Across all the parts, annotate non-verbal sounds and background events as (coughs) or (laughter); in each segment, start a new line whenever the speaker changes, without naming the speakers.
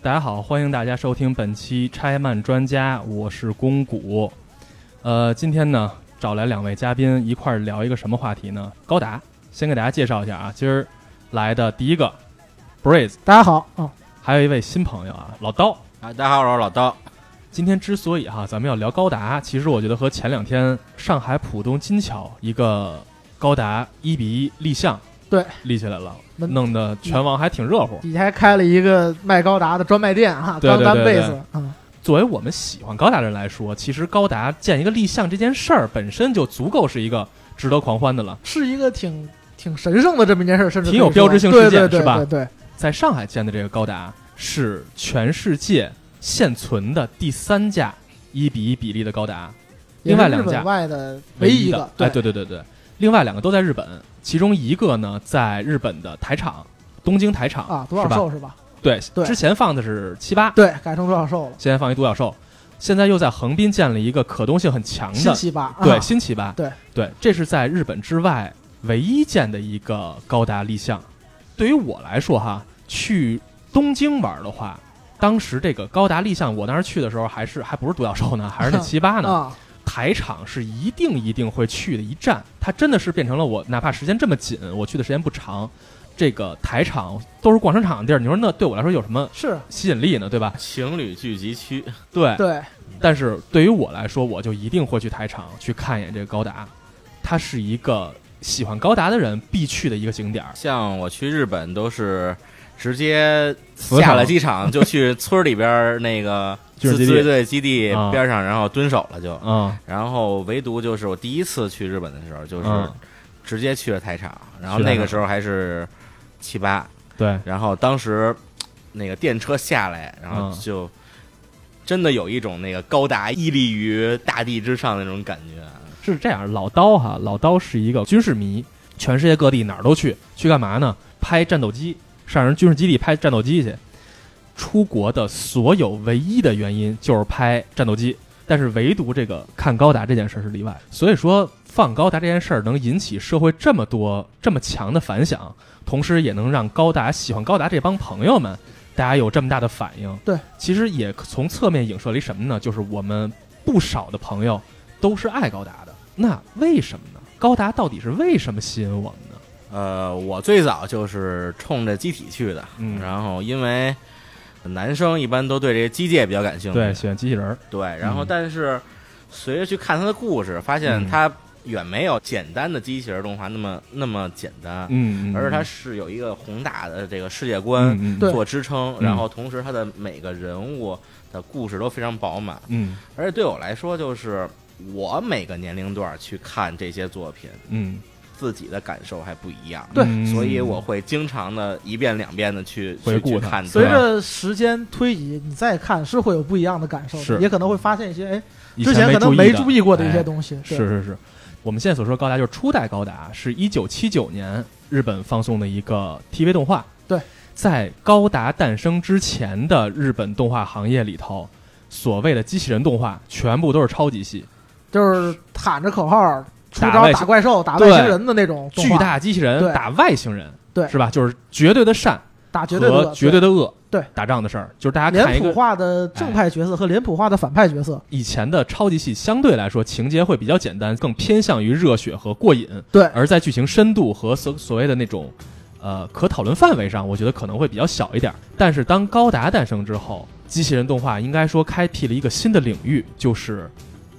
大家好，欢迎大家收听本期《拆漫专家》，我是公谷。呃，今天呢，找来两位嘉宾一块儿聊一个什么话题呢？高达，先给大家介绍一下啊，今儿来的第一个 Breeze，
大家好啊，
还有一位新朋友啊，老刀。
啊，大家好，我是老刀。
今天之所以哈、咱们要聊高达，其实我觉得和前两天上海浦东金桥一个高达一比一立项，
对，
立起来了，
闷
弄得全网还挺热乎。
底下还开了一个卖高达的专卖店啊，
对
当
对
单
对
贝
对
斯啊，
作为我们喜欢高达的人来说，其实高达建一个立项这件事儿本身就足够是一个值得狂欢的了。
是一个挺挺神圣的这么一件事，甚至
挺有
可以说
标志性事件
对对对
是吧
对对，
在上海建的这个高达是全世界现存的第三架一比一比例的高达，另外
也是
两
日
家
本外的
唯
唯一
一
一
的
个，
哎，对对对对，另外两个都在日本，其中一个呢在日本的台场，东京台场
啊，独角
是吧？
兽是吧？
对，
对
之前放的是七八，
对，改成独角兽了，
现在放一独角兽，现在又在横滨建了一个可动性很强
新
的
七八，啊
对，新奇吧？
对
对，这是在日本之外唯一建的一个高达立项。对于我来说，哈，去东京玩的话，当时这个高达立项，我当时去的时候还是还不是独角兽呢，还是
(laughs)
那七八呢。
啊，
台场是一定一定会去的一站，它真的是变成了我哪怕时间这么紧，我去的时间不长，这个台场都是逛商场的地儿，你说那对我来说有什么
是
吸引力呢？对吧？
情侣聚集区，
对，
对，
但是对于我来说，我就一定会去台场去看一眼这个高达，它是一个喜欢高达的人必去的一个景点儿。
像我去日本都是直接
磁场
下了机场就去村里边儿那个 (laughs)
军事
自
基地
自卫队基地
啊
边上，然后蹲守了就。
嗯，
然后唯独就是我第一次去日本的时候，就是
嗯
直接去了台场，然后
去了
那个时候还是七八，
对，
然后当时那个电车下来，然后
嗯
就真的有一种那个高达屹立于大地之上的那种感觉。
是这样。老刀哈，老刀是一个军事迷，全世界各地哪儿都去，去干嘛呢？拍战斗机，上人军事基地拍战斗机去。出国的所有唯一的原因就是拍战斗机，但是唯独这个看高达这件事儿是例外。所以说，放高达这件事儿能引起社会这么多这么强的反响，同时也能让高达喜欢高达这帮朋友们，大家有这么大的反应。
对，
其实也从侧面影射了一什么呢？就是我们不少的朋友都是爱高达的。那为什么呢？高达到底是为什么吸引我们呢？
呃，我最早就是冲着机体去的，
嗯
然后因为男生一般都对这个机械比较感兴趣，
对，喜欢机器人儿，
对然后
嗯
但是随着去看他的故事，发现
嗯
他远没有简单的机器人动画那么那么简单，
嗯，嗯
而是它
嗯
是有一个宏大的这个世界观。
嗯嗯
对
做支撑，
嗯
然后同时他的每个人物的故事都非常饱满，
嗯
而且对我来说，就是我每个年龄段去看这些作品，
嗯，
自己的感受还不一样。
对
嗯
所以我会经常的一遍两遍的去去
回顾
去
它
看它。
随着时间推移，你再看是会有不一样的感受
是
的，也可能会发现一些哎
以
之前可能没
注
注意过的一
哎
些东西，对
是是是，我们现在所说高达就是初代高达，是一九七九年日本放送的一个 TV 动画。
对，
在高达诞生之前的日本动画行业里头，所谓的机器人动画全部都是超级系，
就是喊着口号出
打
招
外星
打怪兽、打外
对
星人的那种动
巨
画
大机器人
对
打外星人，
对
是吧？就是绝对的善
打绝对
和
的
绝对的恶，
对
打仗的事儿，就是大家看
脸
一
谱
个哎
化的正派角色和脸谱化的反派角色，
以前的超级系相对来说情节会比较简单，更偏向于热血和过瘾。
对
而在剧情深度和所所谓的那种，呃，可讨论范围上，我觉得可能会比较小一点儿。但是当高达诞生之后，机器人动画应该说开辟了一个新的领域，就是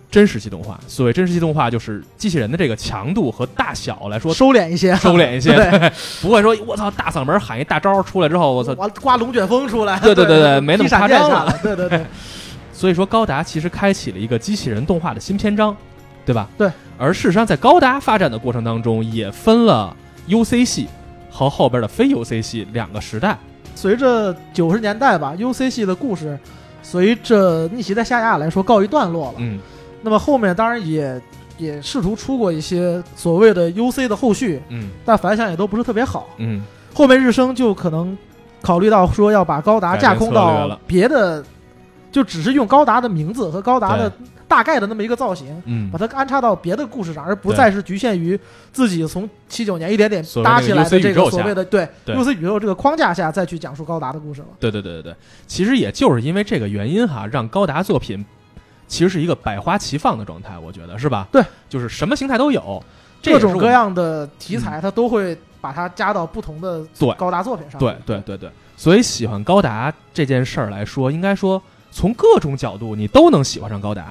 真实系动画。所谓真实系动画，就是机器人的这个强度和大小来说。
收敛一些，
收敛一些，
(laughs) 对
不会说我操大嗓门喊一大招出来之 (laughs) 后，我操！
我刮龙卷风出来，
对对
对
对对没那么
劈闪
夸
电
张
下
了
来，对
(laughs)
对对，
所以说高达其实开启了一个机器人动画的新篇章，对吧？
对。
而事实上，在高达发展的过程当中，也分了 UC 系和后边的非 UC 系两个时代。
随着九十年代吧，UC 系的故事，随着逆袭在夏亚来说告一段落了。
嗯
那么后面当然也也试图出过一些所谓的 UC 的后续，
嗯
但反响也都不是特别好。
嗯
后面日升就可能考虑到说要把高达架空
改变策略
到
了
别的就只是用高达的名字和高达的大概的那么一个造型，
嗯
把，它安插到别的故事上，而不
对
再是局限于自己从七九年一点点
所谓那
搭
个
起来
UC
的这
宇宙
个
下
所谓的对
对
UC 宇宙这个框架下再去讲述高达的故事了。
对对对对对，其实也就是因为这个原因哈，让高达作品其实是一个百花齐放的状态，我觉得是吧？
对，
就是什么形态都有，这也
各
是我嗯
种各样的题材，它都会把它加到不同的
对
高达作品上。
对对对对，所以喜欢高达这件事儿来说，应该说从各种角度你都能喜欢上高达。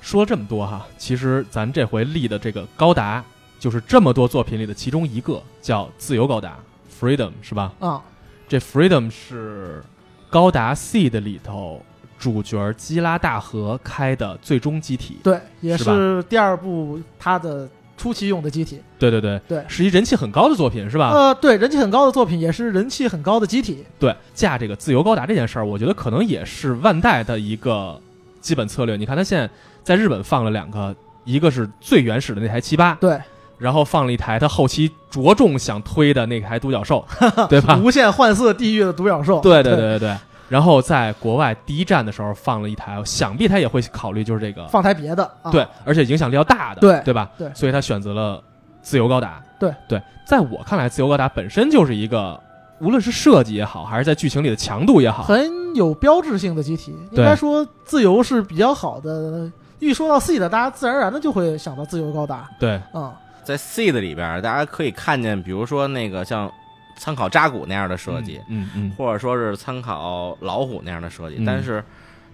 说了这么多哈，其实咱这回立的这个高达就是这么多作品里的其中一个，叫自由高达 （Freedom） 是吧？
啊、
这 Freedom 是高达 Seed 里头主角基拉大河开的最终机体。
对，也
是吧
是第二部它的初期用的机体。
对对对
对
是一人气很高的作品是吧？
呃，对，人气很高的作品，也是人气很高的机体。
对，架这个自由高达这件事儿，我觉得可能也是万代的一个基本策略。你看，它现在在日本放了两个，一个是最原始的那台七八，
对，
然后放了一台它后期着重想推的那台独角
(laughs)
兽，对吧？
无限幻色地狱的独角兽。
对对对对对。然后在国外第一站的时候放了一台，想必他也会考虑就是这个，
放台别的啊。
对，而且影响力要大的，
对
对吧？
对
所以他选择了自由高达。
对
对，在我看来，自由高达本身就是一个，无论是设计也好，还是在剧情里的强度也好，
很有标志性的机体。应
啊对
该说，自由是比较好的。一说到 seed，大家自然而然的就会想到自由高达。
对， (laughs)
嗯，
在 Seed 里边，大家可以看见，比如说那个像参考扎古那样的设计，
嗯嗯，
或者说是参考老虎那样的设计，
嗯
但是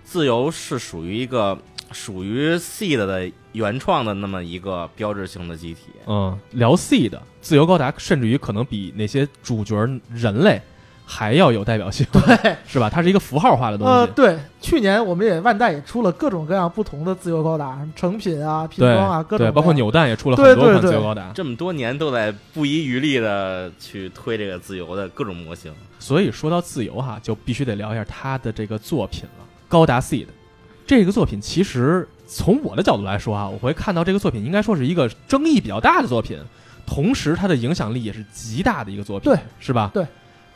自由是属于一个属于 Seed 的原创的那么一个标志性的机体。
嗯，聊 C 的自由高达，甚至于可能比那些主角人类还要有代表性， (laughs)
对，
是吧？它是一个符号化的东西，
呃，对，去年我们也万代也出了各种各样不同的自由高达，什么成品啊、拼装啊，各
对
种
对，包括
各样
扭蛋也出了很
对
多款
对对
自由高达，
这么多年都在不遗余力的去推这个自由的各种模型，
所以说到自由哈，就必须得聊一下他的这个作品了，《高达 Seed》这个作品，其实从我的角度来说啊，我会看到这个作品应该说是一个争议比较大的作品，同时它的影响力也是极大的一个作品，
对，
是吧？
对。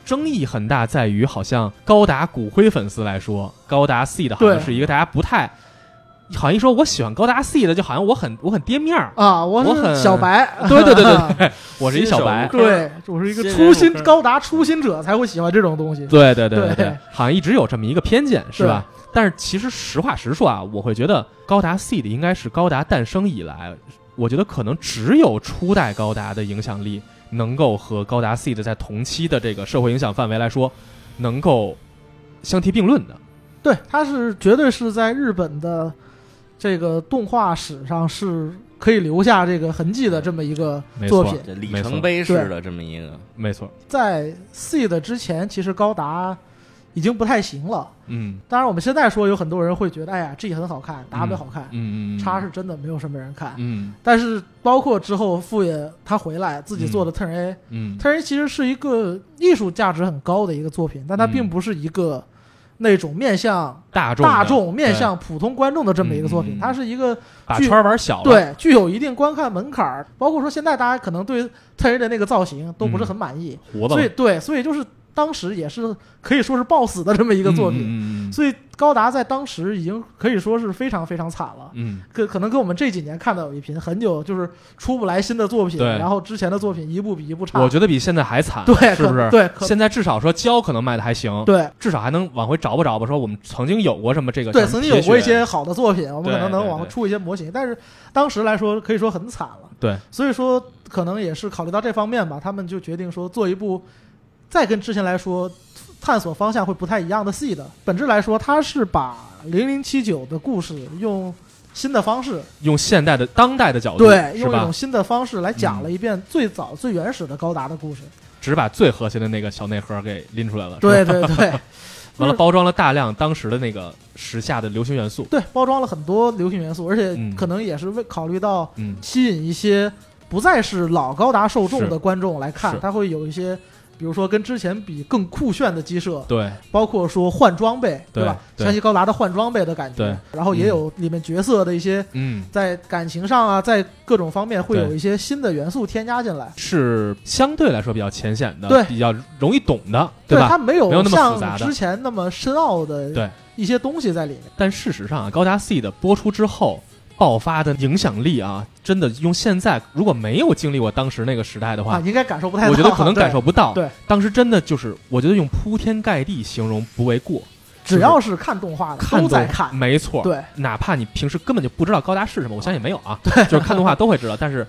争议很大，在于好像高达骨灰粉丝来说，高达 Seed 好像
对
是一个大家不太，好像一说我喜欢高达 Seed，就好像我很我很跌面儿，
啊，我
我很
是小白，
(laughs) 啊对对对对我是一小白，
(laughs) 对，我是一个
新人
初心
入坑
高达初心者才会喜欢这种东
(laughs)
西。
对对对对
对，
好像一直有这么一个偏见，是吧？但是其实实话实说啊，我会觉得高达 Seed 应该是高达诞生以来，我觉得可能只有初代高达的影响力能够和高达 Seed 在同期的这个社会影响范围来说，能够相提并论的。
对，它是绝对是在日本的这个动画史上是可以留下这个痕迹的这么一个
没错
作品。
这里程碑式的这么一个，
没错，
在 seed 之前，其实高达已经不太行了。
嗯
当然，我们现在说有很多人会觉得，哎呀，G 很好看，W 好看，
嗯嗯，
叉是真的没有什么人看。
嗯
但是包括之后傅野他回来自己做的 Turn A，Turn、
嗯
A 其实是一个艺术价值很高的一个作品，但它
嗯
并不是一个那种面向
大众嗯
大
大
众、面向普通观众的这么一个作
嗯
品，
嗯
它是一个
把圈儿玩小了，
对具有一定观看门槛儿，包括说现在大家可能对 Turn A 的那个造型都
嗯
不是很满意，
活嗯吧
所以对，所以就是当时也是可以说是抱死的这么一
一
个作品，
嗯嗯
所以高达在当时已经可以说是非常非常惨了。
嗯
可可能跟我们这几年看到有一拼，很久就是出不来新的作品，
对
然后之前的作品一部比一部
嗯，
差。
我觉得比现在还惨，
对，
是不
可
是？
对，可
现在至少说胶可能卖的还行，
对
至少还能往回找吧找吧，说我们曾经有过什么这个
对，
像
曾经有过
铁
一
血
些好的作品，我们可能
对
能
对
往
对
出一些模型，但是当时来说可以说很惨了。
对，
所以说可能也是考虑到这方面吧，他们就决定说做一部再跟之前来说探索方向会不太一样的 seed。本质来说，它是把零零七九的故事用新的方式，
用现代的当代的角度，
对，
哦是
用一
吧
种？新的方式来讲
嗯
了一遍最早最原始的高达的故事。
只把最核心的那个小内核给拎出来了，是吧
对对对，
完
就
了
是
包装了大量当时的那个时下的流行元素， (laughs)
对，包装了很多流行元素，而且
嗯
可能也是为考虑到
嗯，
吸引一些不再是老高达受众
是
的观众来看
是，
它会有一些。比如说，跟之前比更酷炫的机设，
对
包括说换装备，
对
吧？
对
山西高达的换装备的感
对
觉，然后也有里面角色的一些
嗯。
在感情上啊，在各种方面会
对
有一些新的元素添加进来。
是相对来说比较浅显的，
对
比较容易懂的，吧？
它没有
没有那么复杂
像
的
之前那么深奥的
对
一些东西在里面。
但事实上啊，高达 C 的播出之后爆发的影响力啊，真的用现在如果没有经历过当时那个时代的话，
啊，应该感受不太到。
我觉得可能
对
感受，不到。
对对
当时真的就是，我觉得用铺天盖地形容不为过。
只要是看动画的
看
都在
动
看。
没错。，
对，
哪怕你平时根本就不知道高达是什么，我相信没有啊，对，就是看动画都会知道。但是，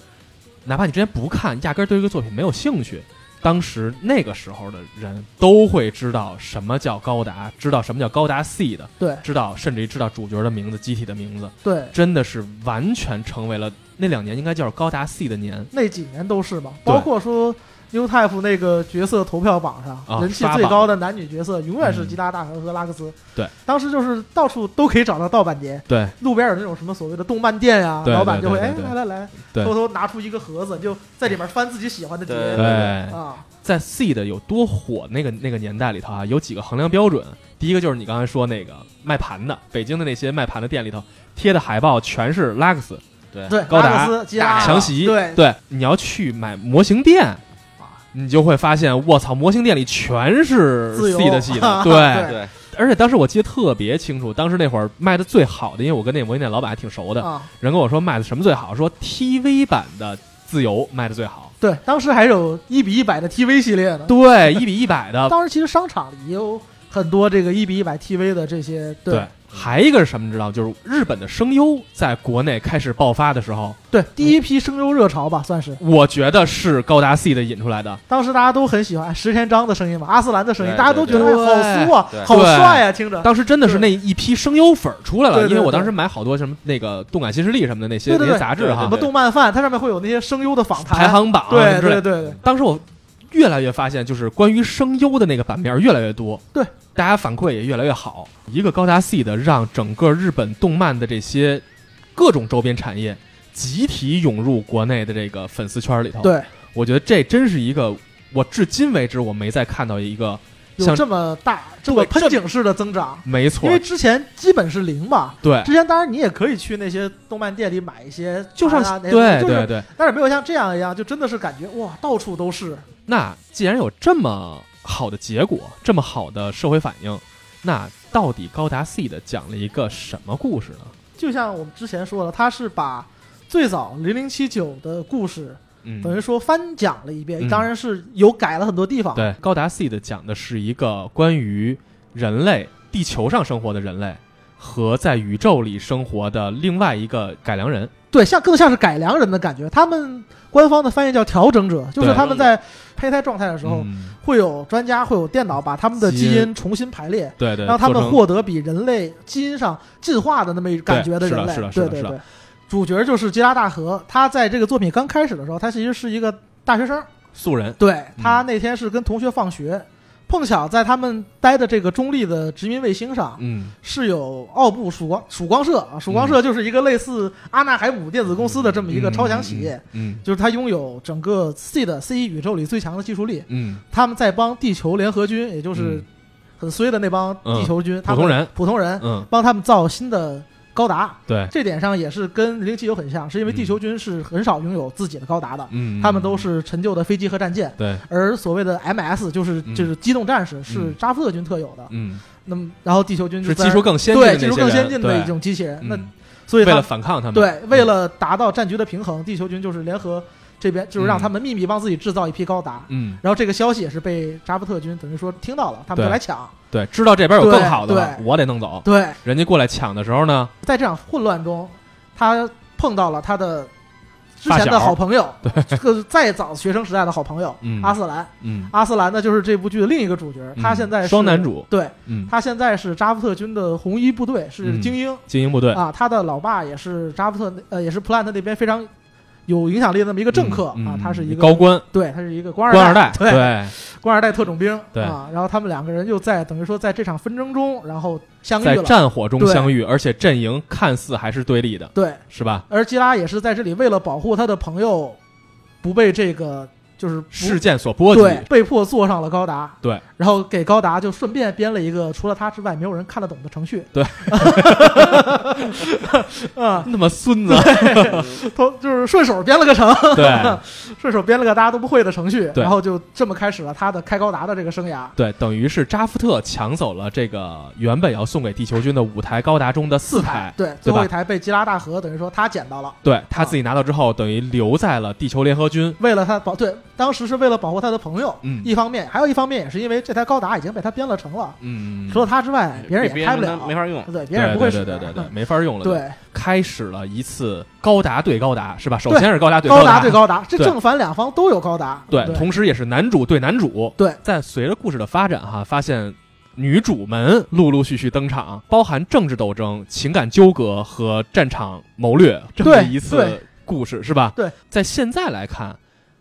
哪怕你之前不看，压根儿对这个作品没有兴趣，当时那个时候的人都会知道什么叫高达，知道什么叫高达 C 的，
对
知道甚至于知道主角的名字、机体的名字，
对，
真的是完全成为了那两年应该叫高达 C 的年。
那几年都是嘛，
对
包括说 New Type 那个角色投票榜上，
啊
人气
刷榜
最高的男女角色永远是
嗯
吉拉大和和拉克斯。
对，
当时就是到处都可以找到盗版碟，
对，
路边有那种什么所谓的动漫店呀、
对
老板就会
对
哎
对对
来来来，
对
偷偷拿出一个盒子，就在里面翻自己喜欢的碟
对
啊，
在 C 的有多火那个那个年代里头啊，有几个衡量标准。第一个就是你刚才说那个卖盘的，北京的那些卖盘的店里头贴的海报全是 Lux
对
对，
哎高达
拉克斯、吉拉
啊
强袭，
对
你要去买模型店，你就会发现，我操，模型店里全是
自由
C 的系
(laughs)
的，
对
对，
而且当时我记得特别清楚，当时那会儿卖的最好的，因为我跟那模型店老板还挺熟的，
啊，
人跟我说卖的什么最好，说 TV 版的自由卖的最好，
对，当时还有一比一百的 TV 系列呢。
对，一比一百的
当时其实商场里也有很多这个一比一百 TV 的这些，对
还一个是什么你知道？就是日本的声优在国内开始爆发的时候，
对，第一批声优热潮吧，算是
我觉得是高达 C 的引出来的。
当时大家都很喜欢石田章的声音嘛，阿斯兰的声音，
对
大家都觉得
对
哎好酥
对
啊，好帅啊，听着。
当时真的是那一批声优粉儿出来了，
对对
因为我
对
当时买好多什么那个动感新势力什么的那些
对对
那些
对
杂志
对
哈
什么
对，
动漫番，它上面会有那些声优的访谈
排，行榜啊什
对
么之类
对对
的。
对
当时我越来越发现，就是关于声优的那个版面越来越多，
对，
大家反馈也越来越好。一个高达 C 的，让整个日本动漫的这些各种周边产业集体涌入国内的这个粉丝圈里头。
对，
我觉得这真是一个我至今为止我没再看到一个
有
像
这么大这么喷井式的增长，
没错
因为，之前基本是零嘛。
对，
之前当然你也可以去那些动漫店里买一些，
就像、
啊那些
对
就是
对对。
但是没有像这样一样，就真的是感觉哇，到处都是。
那既然有这么好的结果，这么好的社会反应，那到底高达 C 的讲了一个什么故事呢？
就像我们之前说了，他是把最早零零七九的故事
嗯，
等于说翻讲了一遍，
嗯
当然是有改了很多地方。
对，高达 C 的讲的是一个关于人类地球上生活的人类和在宇宙里生活的另外一个改良人。
对，像更像是改良人的感觉。他们官方的翻译叫调整者，就是
对
他们在胚胎状态的时候，
嗯、
会有专家会有电脑把他们的基
基
因
因
重新排列，
对对，
让他
呃做
们
成
获得比人类基因上进化的那么一感觉
对
人类
是的。是
对
的
对
是的
对，主角就是基拉大河，他在这个作品刚开始的时候，他其实是一个大学生。
素人。
对他那天是跟同学放学，碰巧在他们待的这个中立的殖民卫星上，
嗯，
是有奥布曙光曙光社啊，曙光社就是一个类似阿纳海姆电子公司的这么一个超强企业，
嗯。嗯
就是它拥有整个 C 的 C 宇宙里最强的技术力，
嗯
他们在帮地球联合军，也就是
嗯
很衰的那帮地球军，他
普
们
通人，
普通人
嗯，
帮他们造新的高达，
对，
这点上也是跟零七九很像，是因为
嗯
地球军是很少拥有自己的高达的，
嗯，
他们都是陈旧的飞机和战舰。
对，
而所谓的 MS 就是
嗯
就是机动战士，是扎夫特军特有的。
嗯，
那么，然后地球军就是自
技
然
术更先进的那些
对技
人，
术更先进的
对
一种机器人。那
嗯
所以
为
他
了
们
反抗他们，
对为
嗯
了达到战局的平衡，地球军就是联合这边，就是让他们秘密帮自己制造一批高达。
嗯，
然后这个消息也是被扎夫特军等于说听到了，他们就
对
来抢。
对，知道这边有更好的了，
对
我得弄走。
对，
人家过来抢的时候呢，
在这场混乱中，他碰到了他的之
发
前的
小
好朋友，
(laughs)
这个再早学生时代的好朋友
嗯
阿斯兰。
嗯，
阿斯兰呢，就是这部剧的另一个主角，他
嗯
现在是
双男主，
对
嗯，
他现在是扎夫特军的红衣部队，是
嗯
精英、
精英部队，
啊。他的老爸也是扎夫特那，呃，也是 Plant 那边非常有影响力的那么一个政客、
嗯
啊
嗯。
他是一个
高，官，
对，他是一个官
官二代，
对，
对，
官二代特种兵
对
啊。然后他们两个人又在等于说在这场纷争中，然后相遇
在
了。
战火中
对
相遇，而且阵营看似还是对立的，
对，
是吧？
而基拉也是在这里为了保护他的朋友不被这个就是不
事件所波及，
对被迫坐上了高达，
对，
然后给高达就顺便编了一个除了他之外没有人看得懂的程序，
对，
(laughs) 啊，
那么孙
(laughs)
子，
都就是顺手编了个程，
对
顺手编了个大家都不会的程序，
对
然后就这么开始了他的开高达的这个生涯。
对，等于是扎夫特抢走了这个原本要送给地球军的五台高达中的四台，
对，最后一台被基拉大河等于说他捡到了，
对他自己拿到之后，等于留在了地球联合军，
为了他保对，当时是为了保护他的朋友，
嗯
一方面，还有一方面也是因为这台高达已经被他编了程了，
嗯，
除了他之外，别人也
别
开不
能
了，
没法用。
对，别
对
人
对
也不会
对
使，嗯
对对对对，没法用了，
对，
开始了一次高达对高达，是吧？首
对
先是高达对
高
达，
对高达，这
对
正反两方都有高达。
对
对，，
同时也是男主对男主。
对，
在随着故事的发展，哈，发现女主们陆陆续续登场，包含政治斗争、情感纠葛和战场谋略这么
对
一次
对
故事，是吧？
对，
在现在来看，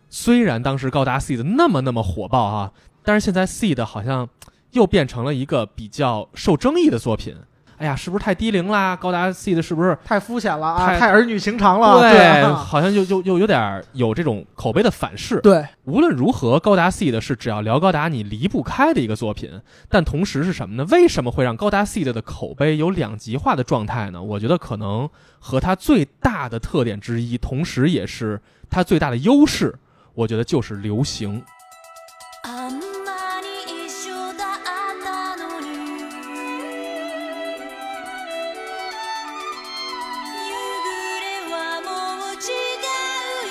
虽然当时高达 seed 那么那么火爆啊，但是现在 seed 好像又变成了一个比较受争议的作品。哎呀，是不是太低龄啦？高达 seed 是不是
太肤浅了啊，
太
太儿女情长了。对啊
好像就就又有点儿有这种口碑的反噬。
对
无论如何，高达 seed 是只要聊高达你离不开的一个作品。但同时是什么呢？为什么会让高达 seed 的口碑有两极化的状态呢？我觉得可能和它最大的特点之一，同时也是它最大的优势，我觉得就是流行。
あんなに一緒だったのに夕暮れはもう違う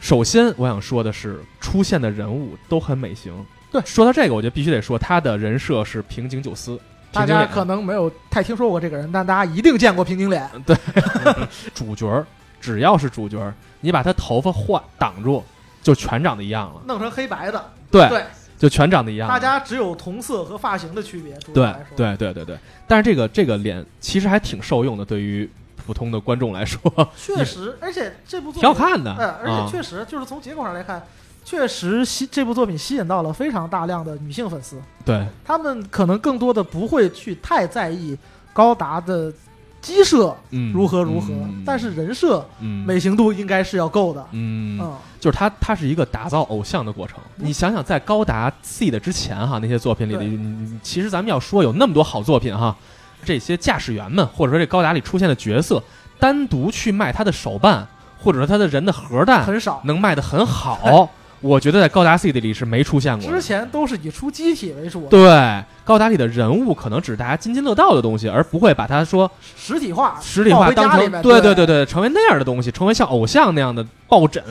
首先，我想说的是，出现的人物都很美型。
对
说到这个，我觉得必须得说他的人设是平井久司。
大
平井
家
脸
可能没有太听说过这个人，但大家一定见过平井脸。
呃主角儿，只要是主角儿，你把他头发换挡住，就全长得一样了。
弄成黑白的，
对，
对
就全长得一样了。
大家只有同色和发型的区别。主要
对
来说，
对对对对，但是这个这个脸其实还挺受用的，对于普通的观众来
(laughs)
说，
确实，而且这部作品
挺好看的。
哎，而
啊
且确实就是从结果上来看，确实吸这部作品吸引到了非常大量的女性粉丝。
对
他们可能更多的不会去太在意高达的机设
嗯
如何如何，
嗯
但是人设
嗯
美型度应该是要够的。
嗯
嗯，
就是它，它是一个打造偶像的过程。你想想，在高达 C 的之前哈，那些作品里的，
对
你其实咱们要说有那么多好作品哈，这些驾驶员们，或者说这高达里出现的角色，单独去卖他的手办，或者说他的人的核弹，
很少。
能卖的很好。我觉得在高达 C 里是没出现过的
哎之。前都是以出机体为主，
对，高达里的人物可能只是大家津津乐道的东西，而不会把它说
实体化，
实体化
抱回
当
家里
成
面
对
对
对对，成为那样的东西，成为像偶像那样的抱枕，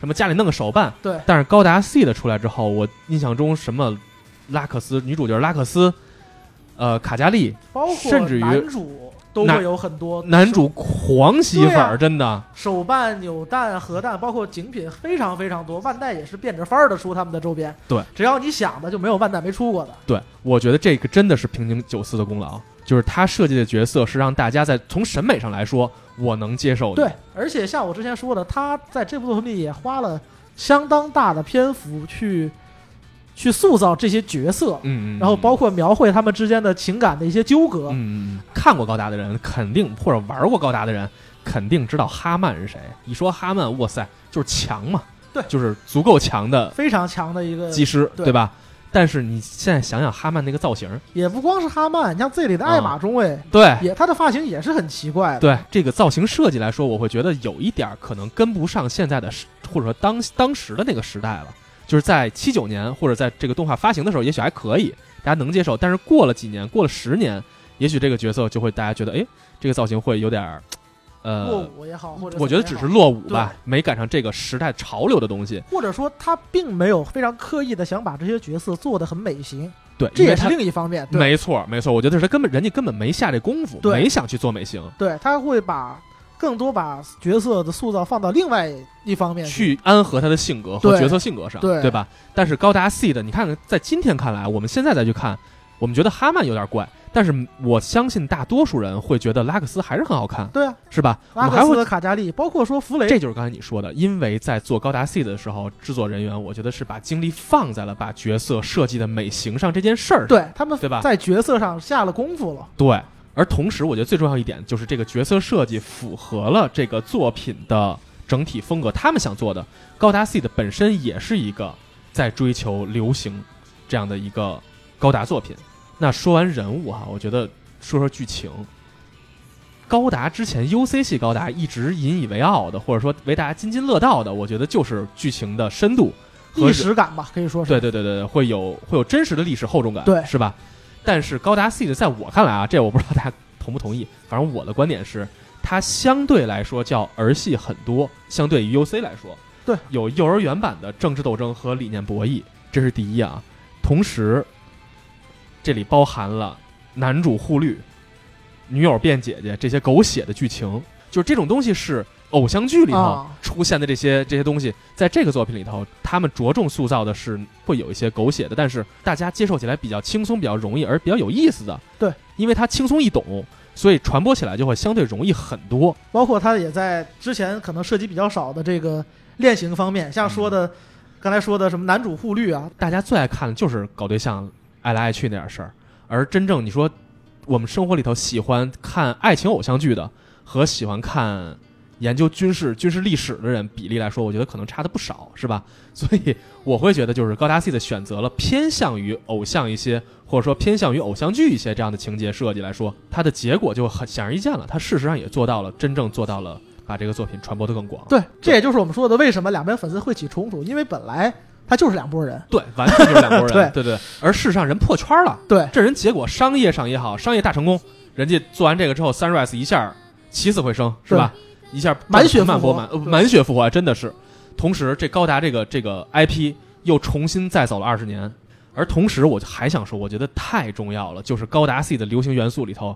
什么家里弄个手办。
对
但是高达 C 的出来之后，我印象中什么拉克斯女主角拉克斯，呃卡加利，
包括
甚至于
男主都
男
会有很多
男主狂吸粉
对
儿，
啊
真的
手手办、扭蛋、核弹，包括精品非常非常多。万代也是变着法儿的出他们的周边，
对，
只要你想的就没有万代没出过的。
对，我觉得这个真的是平井久司的功劳，就是他设计的角色是让大家在从审美上来说我能接受的。
对，而且像我之前说的，他在这部作品里也花了相当大的篇幅去去塑造这些角色，
嗯，嗯，
然后
嗯
包括描绘他们之间的情感的一些纠葛。
嗯，看过高达的人肯定，或者玩过高达的人肯定知道哈曼是谁。一说哈曼，哇塞，就是强嘛，
对
就是足够强的
非常强的一个，
技师，
对
对吧？但是你现在想想哈曼那个造型，
也不光是哈曼，像 Z 里的艾玛中尉，
对
也他的发型也是很奇怪的。
嗯对，这个造型设计来说，我会觉得有一点儿可能跟不上现在的时，或者说当当时的那个时代了。就是在七九年或者在这个动画发行的时候，也许还可以，大家能接受。但是过了几年，过了十年，也许这个角色就会大家觉得，哎，这个造型会有点儿，呃，
落伍也好，或者
我觉得只
怎么
是
样也
落伍吧，没赶上这个时代潮流的东西。
好，或者说他并没有非常刻意的想把这些角色做的很美型，
对，
这
因为
也是
他
另一方面。对
没错没错，我觉得是他根本人家根本没下这功夫，
对
没想去做美型，
对，他会把更多把角色的塑造放到另外一方面
去安合他的性格和
对
角色性格上，
对
吧？但是高达 C 的，你看看，在今天看来，我们现在再去看，我们觉得哈曼有点怪，但是我相信大多数人会觉得拉克斯还是很好看，
对啊，
是吧？我
拉
们还
克斯
会
的卡加利，包括说弗雷，
这就是刚才你说的，因为在做高达 C 的时候，制作人员我觉得是把精力放在了把角色设计的美型上这件事儿上，
对他们
对吧
在角色上下了功夫了。
对，而同时，我觉得最重要一点就是这个角色设计符合了这个作品的整体风格，他们想做的。高达 seed 本身也是一个在追求流行这样的一个高达作品。那说完人物啊哈，我觉得说说剧情。高达之前 UC 系高达一直引以为傲的，或者说为大家津津乐道的，我觉得就是剧情的呃深度和
历
人
史感吧，可以说是
对对对对，对，会有会有真实的历史厚重感，
对
是吧？但是高达 seed 在我看来啊，这我不知道大家同不同意，反正我的观点是，它相对来说叫儿戏很多，相对于 UC 来说，
对，
有幼儿园版的政治斗争和理念博弈，这是第一啊。同时，这里包含了男主互绿、女友变姐姐这些狗血的剧情，就是这种东西是偶像剧里头、
啊，
出现的这些这些东西，在这个作品里头，他们着重塑造的是会有一些狗血的，但是大家接受起来比较轻松、比较容易，而比较有意思的。
对，
因为它轻松易懂，所以传播起来就会相对容易很多。
包括他也在之前可能涉及比较少的这个恋情方面，像说
嗯
的刚才说的什么男主互绿啊，
大家最爱看的就是搞对象、爱来爱去那点事儿，而真正你说我们生活里头喜欢看爱情偶像剧的和喜欢看研究军事军事历史的人比例来说，我觉得可能差的不少，是吧？ (laughs) 所以我会觉得，就是高达 C 的选择了偏向于偶像一些，或者说偏向于偶像剧一些这样的情节设计来说，它的结果就很显而易见了。它事实上也做到了，真正做到了把这个作品传播的更广。
对，这也就是我们说的为什么两边粉丝会起冲突，因为本来他就是两拨人，
对，完全就是两拨人。
对
对对，而事实上人破圈了。
对
这人结果商业上也好，商业大成功，人家做完这个之后，Sunrise 一下起死回生，是吧？一下
满血复活
满钵满呃
对
满血复活，真的是。同时，这高达这个这个 IP 又重新再走了二十年。而同时，我就还想说，我觉得太重要了，就是高达 C 的流行元素里头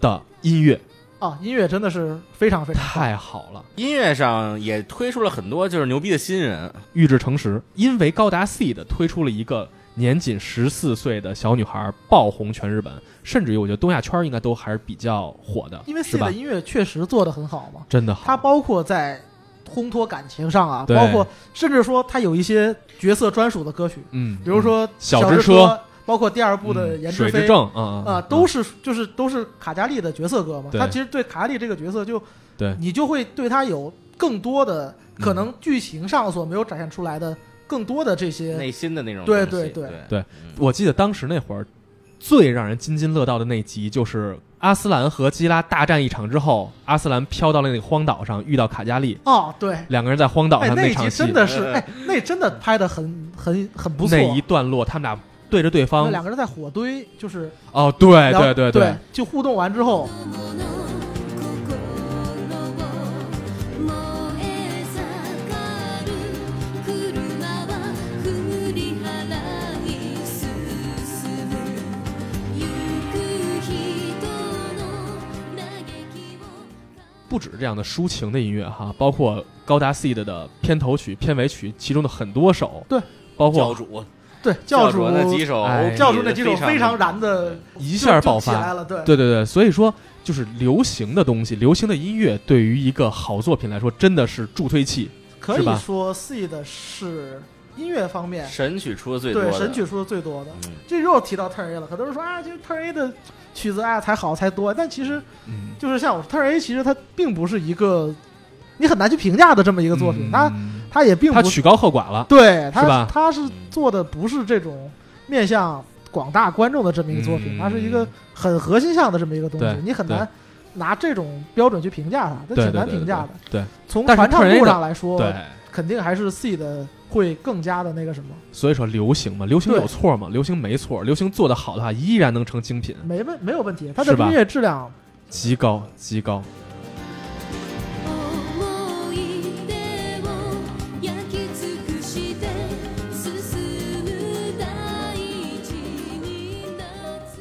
的音乐
啊，音乐真的是非常非常棒
太好了。
音乐上也推出了很多就是牛逼的新人，
玉置诚实，因为高达 seed 推出了一个年仅十四岁的小女孩爆红全日本，甚至于我觉得东亚圈应该都还是比较火的，
因为
是
C
吧
的？音乐确实做的很好嘛，
真的好，
它包括在烘托感情上啊，
对
包括甚至说它有一些角色专属的歌曲，
嗯，
比如说《
小
小
之车
车》，包括第二
嗯
部的《颜
水之
飞》
证啊
啊，都是就是都是卡加利的角色歌嘛。
对
他其实对卡加利这个角色就，
对嗯
你就会对他有更多的可能剧情上所没有展现出来的更多的这些。
内心的那种东
对
西。
对对
对
对
嗯
我记得当时那会儿最让人津津乐道的那集就是阿斯兰和基拉大战一场之后，阿斯兰飘到了那个荒岛上，遇到卡加利，
哦，对，
两个人在荒岛
哎，
上
那一
场
集
戏，
真的是，
呃
哎，那真的拍的很很很不错。
那一段落，他们俩对着对
那
方，
两个人在火堆，就是
哦，对对
聊对
对，
就互动完之後
不止这样的抒情的音乐哈，包括高达 seed 的片头曲、片尾曲，其中的很多首，
对，
包
教
括
主
对教
主
主
那几首
哎，
教主那几首非
非
常燃的，
一下爆
就就起来
发，
了，对
对对对，所以说就是流行的东西，流行的音乐对于一个好作品来说，真的是助推器。
可
是吧
以说 seed 是音乐方面
神曲出的最多
对
的，
神曲出的最多的。
嗯，
这又提到 Turn A 了，很多人说啊，就是 Turn A 的曲子啊才好才多，但其实
嗯，
就是像我说 Turn A，其实它并不是一个你很难去评价的这么一个作品，它
嗯
它也并
它
不是
曲高和寡了，
对
是
它
吧
它是做的不是这种面向广大观众的这么一个作品，
嗯
它是一个很核心向的这么一个东西
对，
你很难拿这种标准去评价它，它
对
挺
对
难
对
评
对
价的。
对
从
但是
传唱
Turn A
度
的
上来说，
对。
肯定还是 C 的会更加的那个什么，
所以说流行嘛，流行
对
有错吗？流行没错，流行做得好的话，依然能成精品，
没问没有问题，它的
是吧
音乐质量
极高极高。
「思い出を焼き尽くして」「進む大地に夏」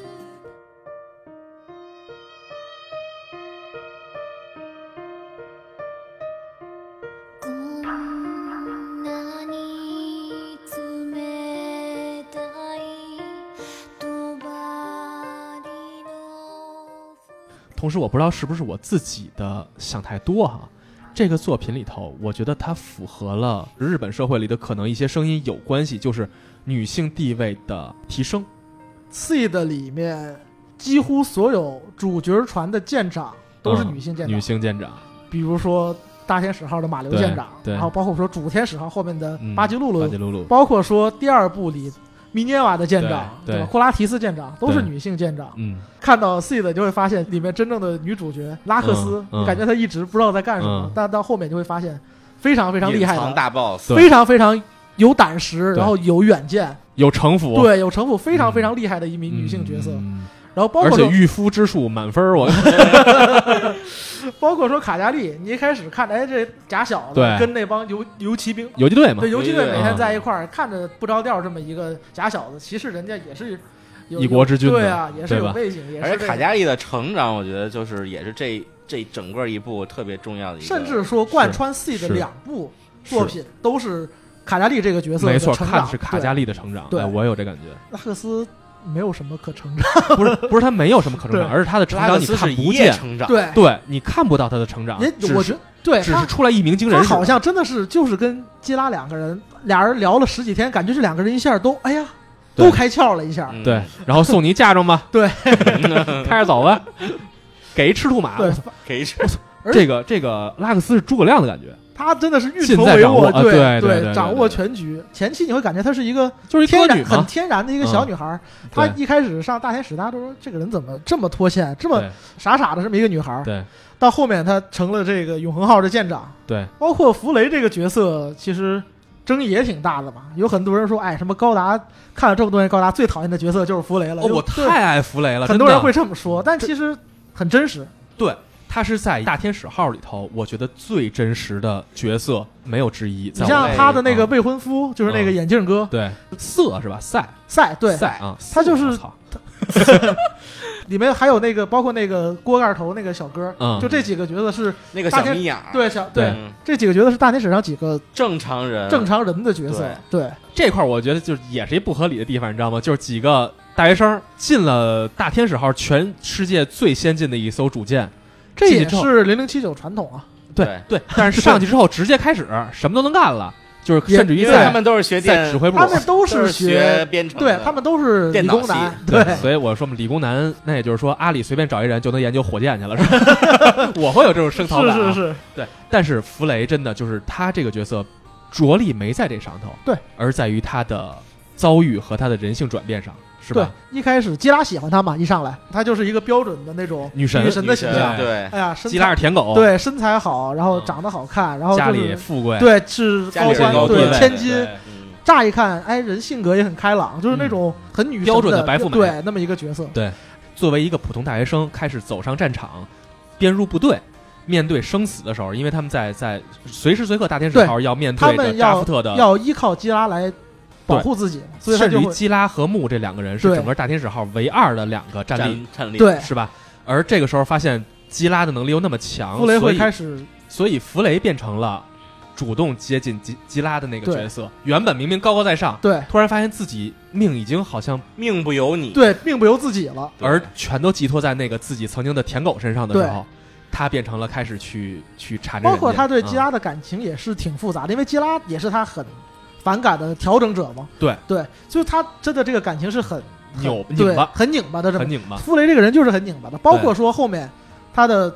「こんなに冷たいとばりの」
同时，我不知道是不是我自己的想太多哈、这个作品里头，我觉得它符合了日本社会里的可能一些声音有关系，就是女性地位的提升。
seed 里面几乎所有主角船的舰长都是
嗯
女性舰长，
女性舰长，
比如说大天使号的马刘
对
舰长，
对
然后包括说主天使号后面的
嗯
巴基露
巴
露，
吉露露，
包括说第二部里米涅瓦的舰长，
对
吧？
对
库拉提斯舰长都是
对
女性舰长。
嗯
看到 C 的就会发现里面真正的女主角拉克斯，
嗯嗯
感觉她一直不知道在干什么，
嗯
但到后面就会发现非常非常厉害
隐藏
的，
大 boss，
对
非常非常有胆识，
对
然后有远见，
有城府，
对，有城府，非常
嗯
非常厉害的一名女性角色。
嗯
然后包
而
括
且
说，
御夫之术满分儿，
(laughs)
我
包括说卡加利，你一开始看，哎，这假小子
对。
跟那帮游游骑兵
游击队嘛
对，，游击队
游击
啊
队
每天在一块儿，看着不着调，这么一个假小子，其实人家也是有
一国之君的
对啊，也是
对
有
吧
背景，也是
而且
这
卡加利的成长，我觉得就是也是这这整个一部特别重要的一个，
甚至说贯穿 C 的两部作品都是卡加利这个角色的
没错，
成
看
长
的是卡加利的成长，
对
哎我有这感觉，
对拉克斯没有什么可成长，
不是不是他没有什么可成长，
对
而是他的成
拉
长
克
你
斯是
看
一
不
夜
见，
成长，
对，
对你看不到他的成长，只
也我觉
是
得对
只是
他
出来一鸣惊人
他
似的，
好像真的是就是跟基拉两个人，俩人聊了十几天，感觉这两个人一下都哎呀
对
都开窍了一下，
嗯
对，，然后送你嫁妆
(laughs)
吧，
对，
(laughs)
开着走吧，给一赤兔马，
对，
可以是
而
这个这个拉克斯是诸葛亮的感觉，
他真的是运
尽
筹
在
帷
掌握
幄，
啊对对对对
掌
对
握
对
全局。前期你会感觉她是一个
就是一
天
歌
然
女
很
嘛，
天然的一个小女孩儿，她
对
一开始上大天使，大家都说这个人怎么这么脱线，这么
对
傻傻的这么一个女孩儿，
对
到后面她成了这个永恒号的舰长，
对，
包括弗雷这个角色，其实争议也挺大的嘛。有很多人说，哎，什么高达看了这么多年高达，最讨厌的角色就是弗雷了。
哦，我
就
太爱弗雷了，
很多
真
人
的
会这么说，但其实很真实。
对，他是在大天使号里头，我觉得最真实的角色没有之一。
你
在我
像
眼里
他的那个
嗯
未婚夫，就是那个
嗯
眼镜哥
对色是吧？赛
赛，对，
赛啊，
他就是
我操
里面还有那个包括那个锅盖头那个小哥，
嗯
就这几个角色是
那个
大
小
天
眯眼儿，
对小
对
对
嗯
这几个角色是大天使上几个
嗯
正常人，
正常人的角色
对，
对
这块，我觉得就是也是一不合理的地方，你知道吗？就是几个大学生进了大天使号，全世界最先进的一艘主舰。
这
进去
也
之后
是零零七九传统啊。
对对，但是上去之后直接开始什么都能干了，就是
也
甚至于
因为他
在
们都是学
在
电
指，挥部
他。们都
都
是
学编程的，
对他们都是
电
理
脑
工男
系，
(laughs) 对，
所以我说嘛，理工男，那也就是说，阿里随便找一人就能研究火箭去了，是吧？ (laughs) 我会有这种声讨感、啊，
是是是，
对，但是弗雷真的就是他这个角色着力没在这上头，
对，
而在于他的遭遇和他的人性转变上，是
对
吧？，
一开始基拉喜欢他嘛，一上来他就是一个标准的那种
女神
女神的形象。
对，
哎呀，身
嗯基拉
材
是舔狗，，
对身材好，然后
嗯
长得好看，然后
家
就
里
是
富贵，
对是
家
高
里人
官
高
地
对
位
千金，
对嗯
嗯
乍一看哎人性格也很开朗，就是那种很女神
标准的白富美
对那么一个角色。
作为一个普通大学生，开始走上战场，编入部队。面对生死的时候，因为他们在在随时随刻大天使
对
号要面
他
对
们
着
要
扎夫特的，
要依靠基拉来保护自己，所以
嗯
他
甚至
就
于
会
基拉和木这两个人是
对
整个大天使号唯二的两个战力，
站站立，
对
是吧？而这个时候发现基拉的能力又那么强，
弗雷
所
会
以
开始
所以弗雷变成了主动接近基基拉的那个角色。原本明明高高在上，
对
突然发现自己命已经好像，
命不由你，
对命不由自己了。
对
而全都寄托在那个自己曾经的舔狗身上的时候，他变成了开始去去缠着人
包
家。
括他对
嗯
基拉的感情也是挺复杂的，因为基拉也是他很反感的调整者嘛。
对
对，所以他真的这个感情是很很
扭
对
拧巴
很拧巴的这么
很拧巴，
傅雷这个人就是很拧巴的，包括说后面他的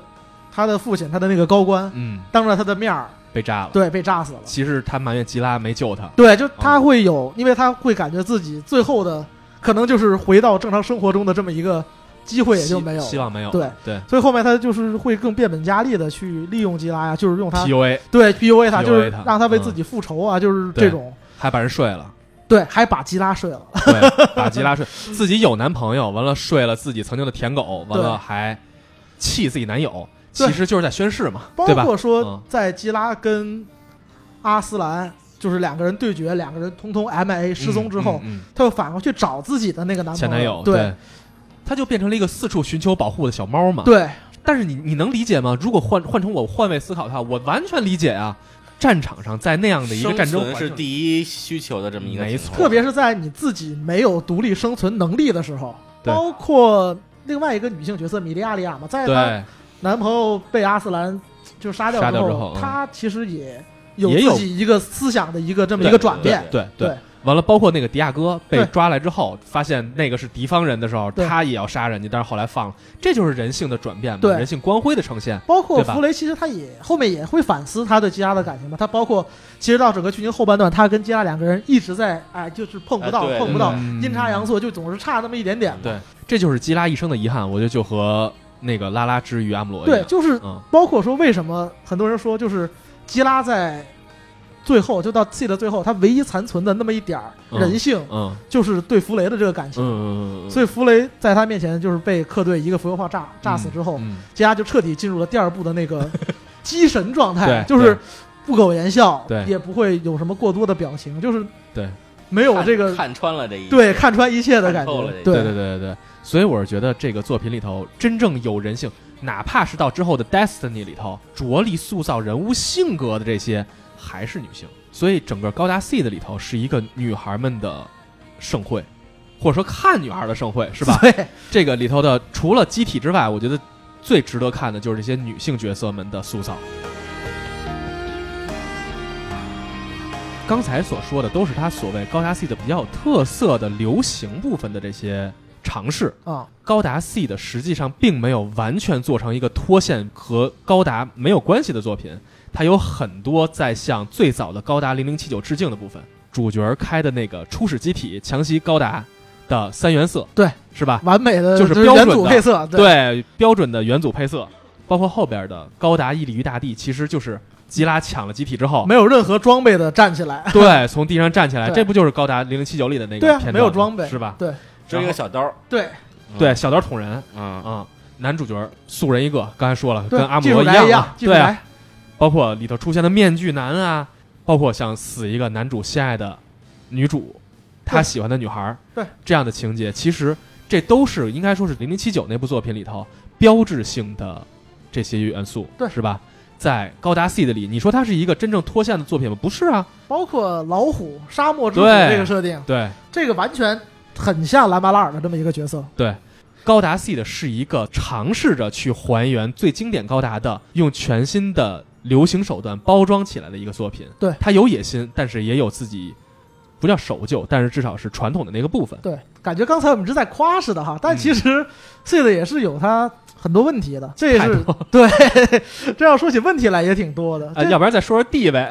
他的父亲，他的那个高官，
嗯，
当着他的面儿，
被炸了。
对，被炸死了。
其实他埋怨基拉没救他，
对，就
哦
他会有，因为他会感觉自己最后的可能就是回到正常生活中的这么一个机会也就没有
希希
了。
望没有。
对
对
所以后面他就是会更变本加厉的去利用基拉呀，就是用他
，PUA
对 PUA 他，就是
他
让他为
嗯
自己复仇啊，就是这种
还把人睡
(laughs)
了，
对，还把基拉睡了，
对，把基拉睡，自己有男朋友，完了睡了自己曾经的舔狗，完了
对
还气自己男友，
对
其实就是在宣誓嘛，
包
(laughs) 对吧？
括说
嗯
在基拉跟阿斯兰就是两个人对决，两个人通通 MIA 失踪之后，
嗯嗯嗯
她又反过去找自己的那个男朋友
前男友
对
他就变成了一个四处寻求保护的小猫嘛。，
对
但是你你能理解吗？如果换换成我换位思考的话，我完全理解啊。战场上在那样的一个
生
战争
存
环
是
境，
第一需求的这么一个
没
情
错
况
特别是在你自己没有独立生存能力的时候，
对
包括另外一个女性角色米莉亚利亚嘛，在她
对，
男朋友被阿斯兰就杀掉
杀掉
后，
之后嗯
她其实也有
也有
自己一个思想的一个这么一
对
个转变，
对
对
对，完了，包括那个迪亚哥被
对
抓来之后，发现那个是敌方人的时候，
对
他也要杀人家，但是后来放了，这就是人性的转变嘛，
对
人性光辉的呈现。
包括
对吧
弗雷，其实他也后面也会反思他对基拉的感情嘛。他包括其实到整个剧情后半段，他跟基拉两个人一直在哎，就是碰不到，
哎对
碰不到，
嗯
阴差阳错，就总是差那么一点点嘛。
对，这就是基拉一生的遗憾。我觉得就和那个拉拉之于阿姆罗一
对，
样，
就是
嗯，
包括说为什么很多人说就是基拉在最后就到戏的最后，他唯一残存的那么一点儿
嗯
人性，
嗯
就是对弗雷的这个感
嗯
情。
嗯嗯，
所
以
以弗雷在他面前就是被客队一个浮游炮炸炸死之后，
嗯
基拉就彻底进入了第二部的
(laughs)
那个机神状态，
对
就是不苟言笑，
对
也不会有什么过多的表情，就是
对
没有
看
这个
看穿了这一
对看穿一切的感
看透
觉
了这，
对对对对对，所以我是觉得这个作品里头真正有人性，哪怕是到之后的 Destiny 里头着力塑造人物性格的这些，还是女性。所以整个高达 seed 里头是一个女孩们的盛会，或者说看女孩的盛会，是吧？
对
这个里头的除了机体之外，我觉得最值得看的就是这些女性角色们的塑造。刚才所说的都是他所谓高达 C 的比较有特色的流行部分的这些尝试。
啊，
高达 C 的实际上并没有完全做成一个脱线和高达没有关系的作品，它有很多在向最早的高达零零七九致敬的部分。主角开的那个初始机体强袭高达的三原色，
对，
是吧？
完美的
就是
是
标
原
准
组
的
配色，对
对标准的元祖配色，包括后边的高达屹立于大地，其实就是基拉抢了机体之后，
没有任何装备的站起来，
对，从地上站起来，
对
这不就是高达零零七九里的那个
对啊
片段吗
没有装备嗯
是吧？
对
只有一个小刀儿，
对
对，小刀捅人啊、
嗯，
嗯男主角素人一个，刚才说了，
对
跟阿，姆
技术
罗
宅一
样啊，
技术
对啊，
宅，
包括里头出现的面具男啊，包括像死一个男主心爱的女主，他
对
喜欢的女孩儿，
对
这样的情节，其实这都是应该说是零零七九那部作品里头标志性的这些元素，
对
是吧？在高达 seed 里，你说它是一个真正脱线的作品吗？不是啊，
包括老虎沙漠之虎
对
这个设定，
对，
这个完全很像兰巴拉尔的这么一个角色，
高达 seed 是一个尝试着去还原最经典高达的，用全新的流行手段包装起来的一个作品。
对
它有野心，但是也有自己不叫守旧，但是至少是传统的那个部分。
对，感觉刚才我们是在夸似的哈，
嗯
但其实 C 的也是有它很多问题的，这也
太
是
多
(laughs) 对。这要说起问题来也挺多的，
啊，
这
要不然再说说地
(laughs)
位。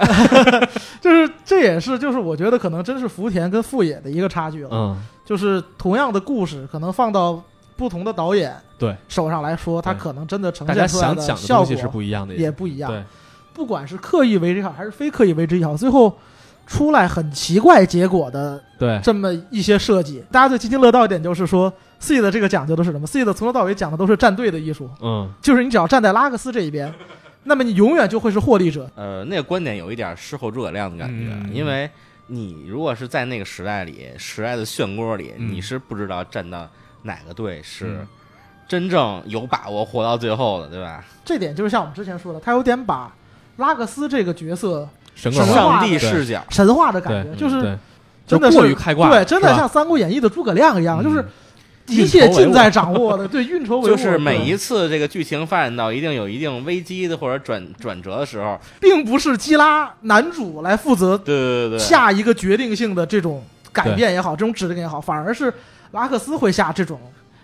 就是这也是就是我觉得可能真是福田跟富野的一个差距了，
嗯，
就是同样的故事，可能放到不同的导演
对
手上来说，它
对
可能真的呈
大家
现出来
想讲的
效
东
果
西是不一样的，
也不一样。
对，
不管是刻意为之也好，还是非刻意为之也好，最后出来很奇怪结果的
对，
这么一些设计。大家最津津乐道一点就是说，C 的这个讲究的是什么？C 的从头到尾讲的都是站队的艺术，
嗯，
就是你只要站在拉克斯这一
(laughs)
边，那么你永远就会是获利者。
呃，那个观点有一点事后诸葛亮的感觉，
嗯
因为你如果是在那个时代里，时代的漩涡里，
嗯
你是不知道站到哪个队是
嗯
真正有把握活到最后的，对吧？
这点就是像我们之前说的，他有点把拉克斯这个角色
神
神
棍
话
王
上帝视角，
神话的感觉，
对嗯
就是
对，
真的是
过于开挂了，
对，真的
是吧
像《三国演义》的诸葛亮一样，就是
嗯
一切尽在掌握的，对，运筹
(laughs)
帷幄，
就是每
对
一次这个剧情发展到一定有一定危机的或者转转折的时候，
并不是基拉男主来负责
对对对对，
下一个决定性的这种改变也好，这种指令也好，反而是拉克斯会下这种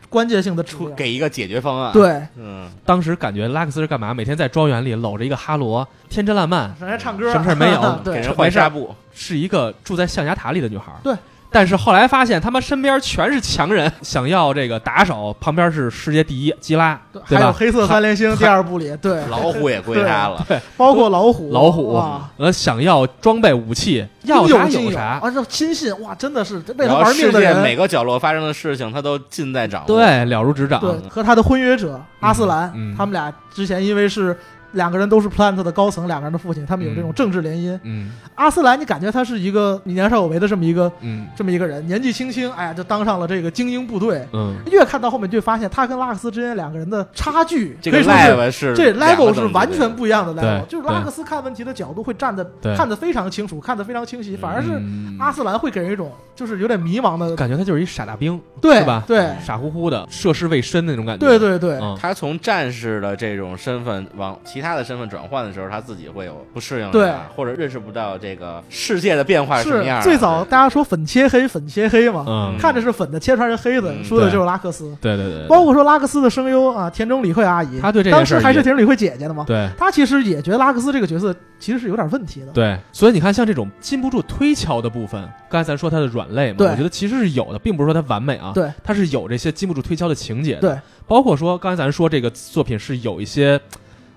关键性的指
出
令。
给一个解决方案，，
对，
嗯，
当时感觉拉克斯是干嘛？每天在庄园里搂着一个哈罗，天真烂漫，
人家唱歌
什么事儿没有
(laughs)
给
对，
人换纱布，
是一个住在象牙塔里的女孩。
对。
但是后来发现，他妈身边全是强人，想要这个打手，旁边是世界第一基拉，对
还有
吧？
黑色三连星第二部里，对，啊
老虎也归他了，
包括老
(laughs)
虎，
老虎
哇，，
呃，想要装备武器，要
应
啥
尽
有
有
啥，
啊，这亲信哇，真的是为
然
他
后
玩
世
命的
界每
人，
个角落发生的事情，他都尽在掌握。，
对，了如指掌。
对，和他的婚约者阿斯兰
嗯，
他们俩之前因为是。两个人都是 Plant 的高层，两个人的父亲，他们有这种
嗯
政治联姻。
嗯
阿斯兰，你感觉他是一个你年少有为的这么一个
嗯
这么一个人，年纪轻轻，哎呀，就当上了这个精英部队。
嗯，
越看到后面，就发现他跟拉克斯之间两个人的差距，
这
可
个
以说是
level 是
这
两个
level
等
是
级
完
的
全不一样的
对
level，就是拉
对
克斯看问题的角度会站的
对
看得非常清楚，看得非常清晰，反而是
嗯
阿斯兰会给人一种就是有点迷茫
(laughs)
的，
感觉他就是一傻大兵，
对
是吧？
对
傻乎乎的，涉世未深的那种感觉。
对对对，
嗯，
他从战士的这种身份往，其其他的身份转换的时候，他自己会有不适应的，啊
对
或者认识不到这个世界的变化什么
是
样的。啊
最早大家说粉切黑，粉切黑嘛，
嗯，
看着是粉的，切出来是黑的，
嗯
说的
对
就是拉克斯。
对对对，对
包括说拉克斯的声优啊，田中理惠阿姨，
他对这件
当
事
时
儿
还是
也
田中理惠姐姐的嘛，
对
她其实也觉得拉克斯这个角色其实是有点问题的。
对，所以你看，像这种禁不住推敲的部分，刚才咱说它的软肋嘛，
对
我觉得其实是有的，并不是说它完美啊，
对，
它是有这些禁不住推敲的情节的，
对，
包括说刚才咱说这个作品是有一些，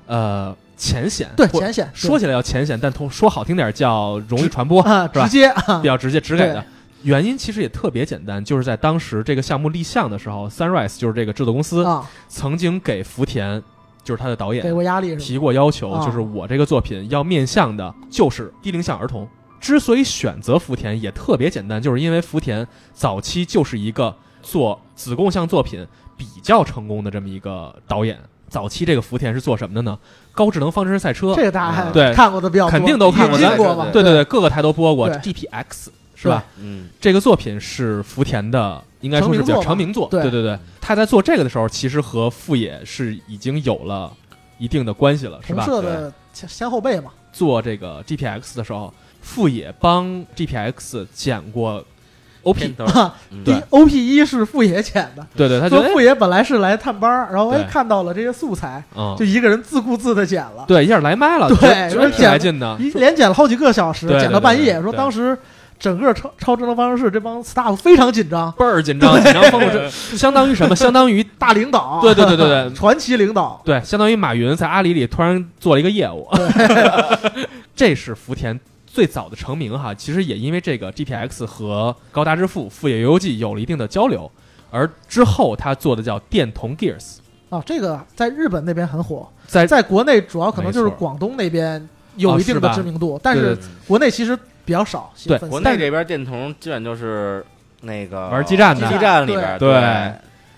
呃，浅显，
对，
或
浅显
说起来要浅显，但通说好听点儿叫容易传播，
啊，
是吧
直接
(laughs)
啊
比，较直接直给的
对。
原因其实也特别简单，就是在当时这个项目立项的时候，Sunrise 就是这个制作公司
啊，
曾经给福田，就是他的导
给
演
过压力是吧？
提过要求，
啊
就是我这个作品要面向的就是低龄向儿童。之所以选择福田也特别简单，就是因为福田早期就是一个做子贡向作品比较成功的这么一个导演。早期这个福田是做什么的呢？高智能方程式赛车，
这个大家还
嗯
对
看过的比较多，
肯定都看过
引进
咱
过吧？
对对对，各个台都播过
对
GPX 是吧？
嗯，
这个作品是福田的，应该说是比较成名作。
成名作吧
对对对，他在做这个的时候，其实和富野是已经有了一定的关系了，是
同
吧？
社的前先后辈嘛，
做这个 GPX 的时候，富野帮 GPX 剪过 OP，
片头嗯
啊第一 OP 一是富野剪的，
对对，他觉
说
得哎
富野本来是来探班儿，然后哎
对
看到了这些素材，
嗯
就，一个人自顾自的剪了，
对，一下来麦了，
对
觉得觉得
说
挺
剪
来劲的，
一连剪了好几个小时，
对对
剪到半
对
夜。
对
说
对
当时整个超超智能方程式这帮 staff 非常紧张，
倍儿紧张，紧张疯了， (laughs) 这相当于什么？相当 (laughs) 于
大领导，
对对对对对
传奇领导，
对，相当于马云在阿里里突然做了一个业务， (laughs) 这是福田最早的成名哈。其实也因为这个 GPX 和高达之父富野由悠季有了一定的交流，而之后他做的叫电童 Gears，
啊，这个在日本那边很火，
在
在国内主要可能就是
没错
广东那边有一定的
啊是吧
知名度，但
对
是
对
国内其实比较少。
对
粉丝
国内这边电童基本就是那个
玩基站
的
基站里边
对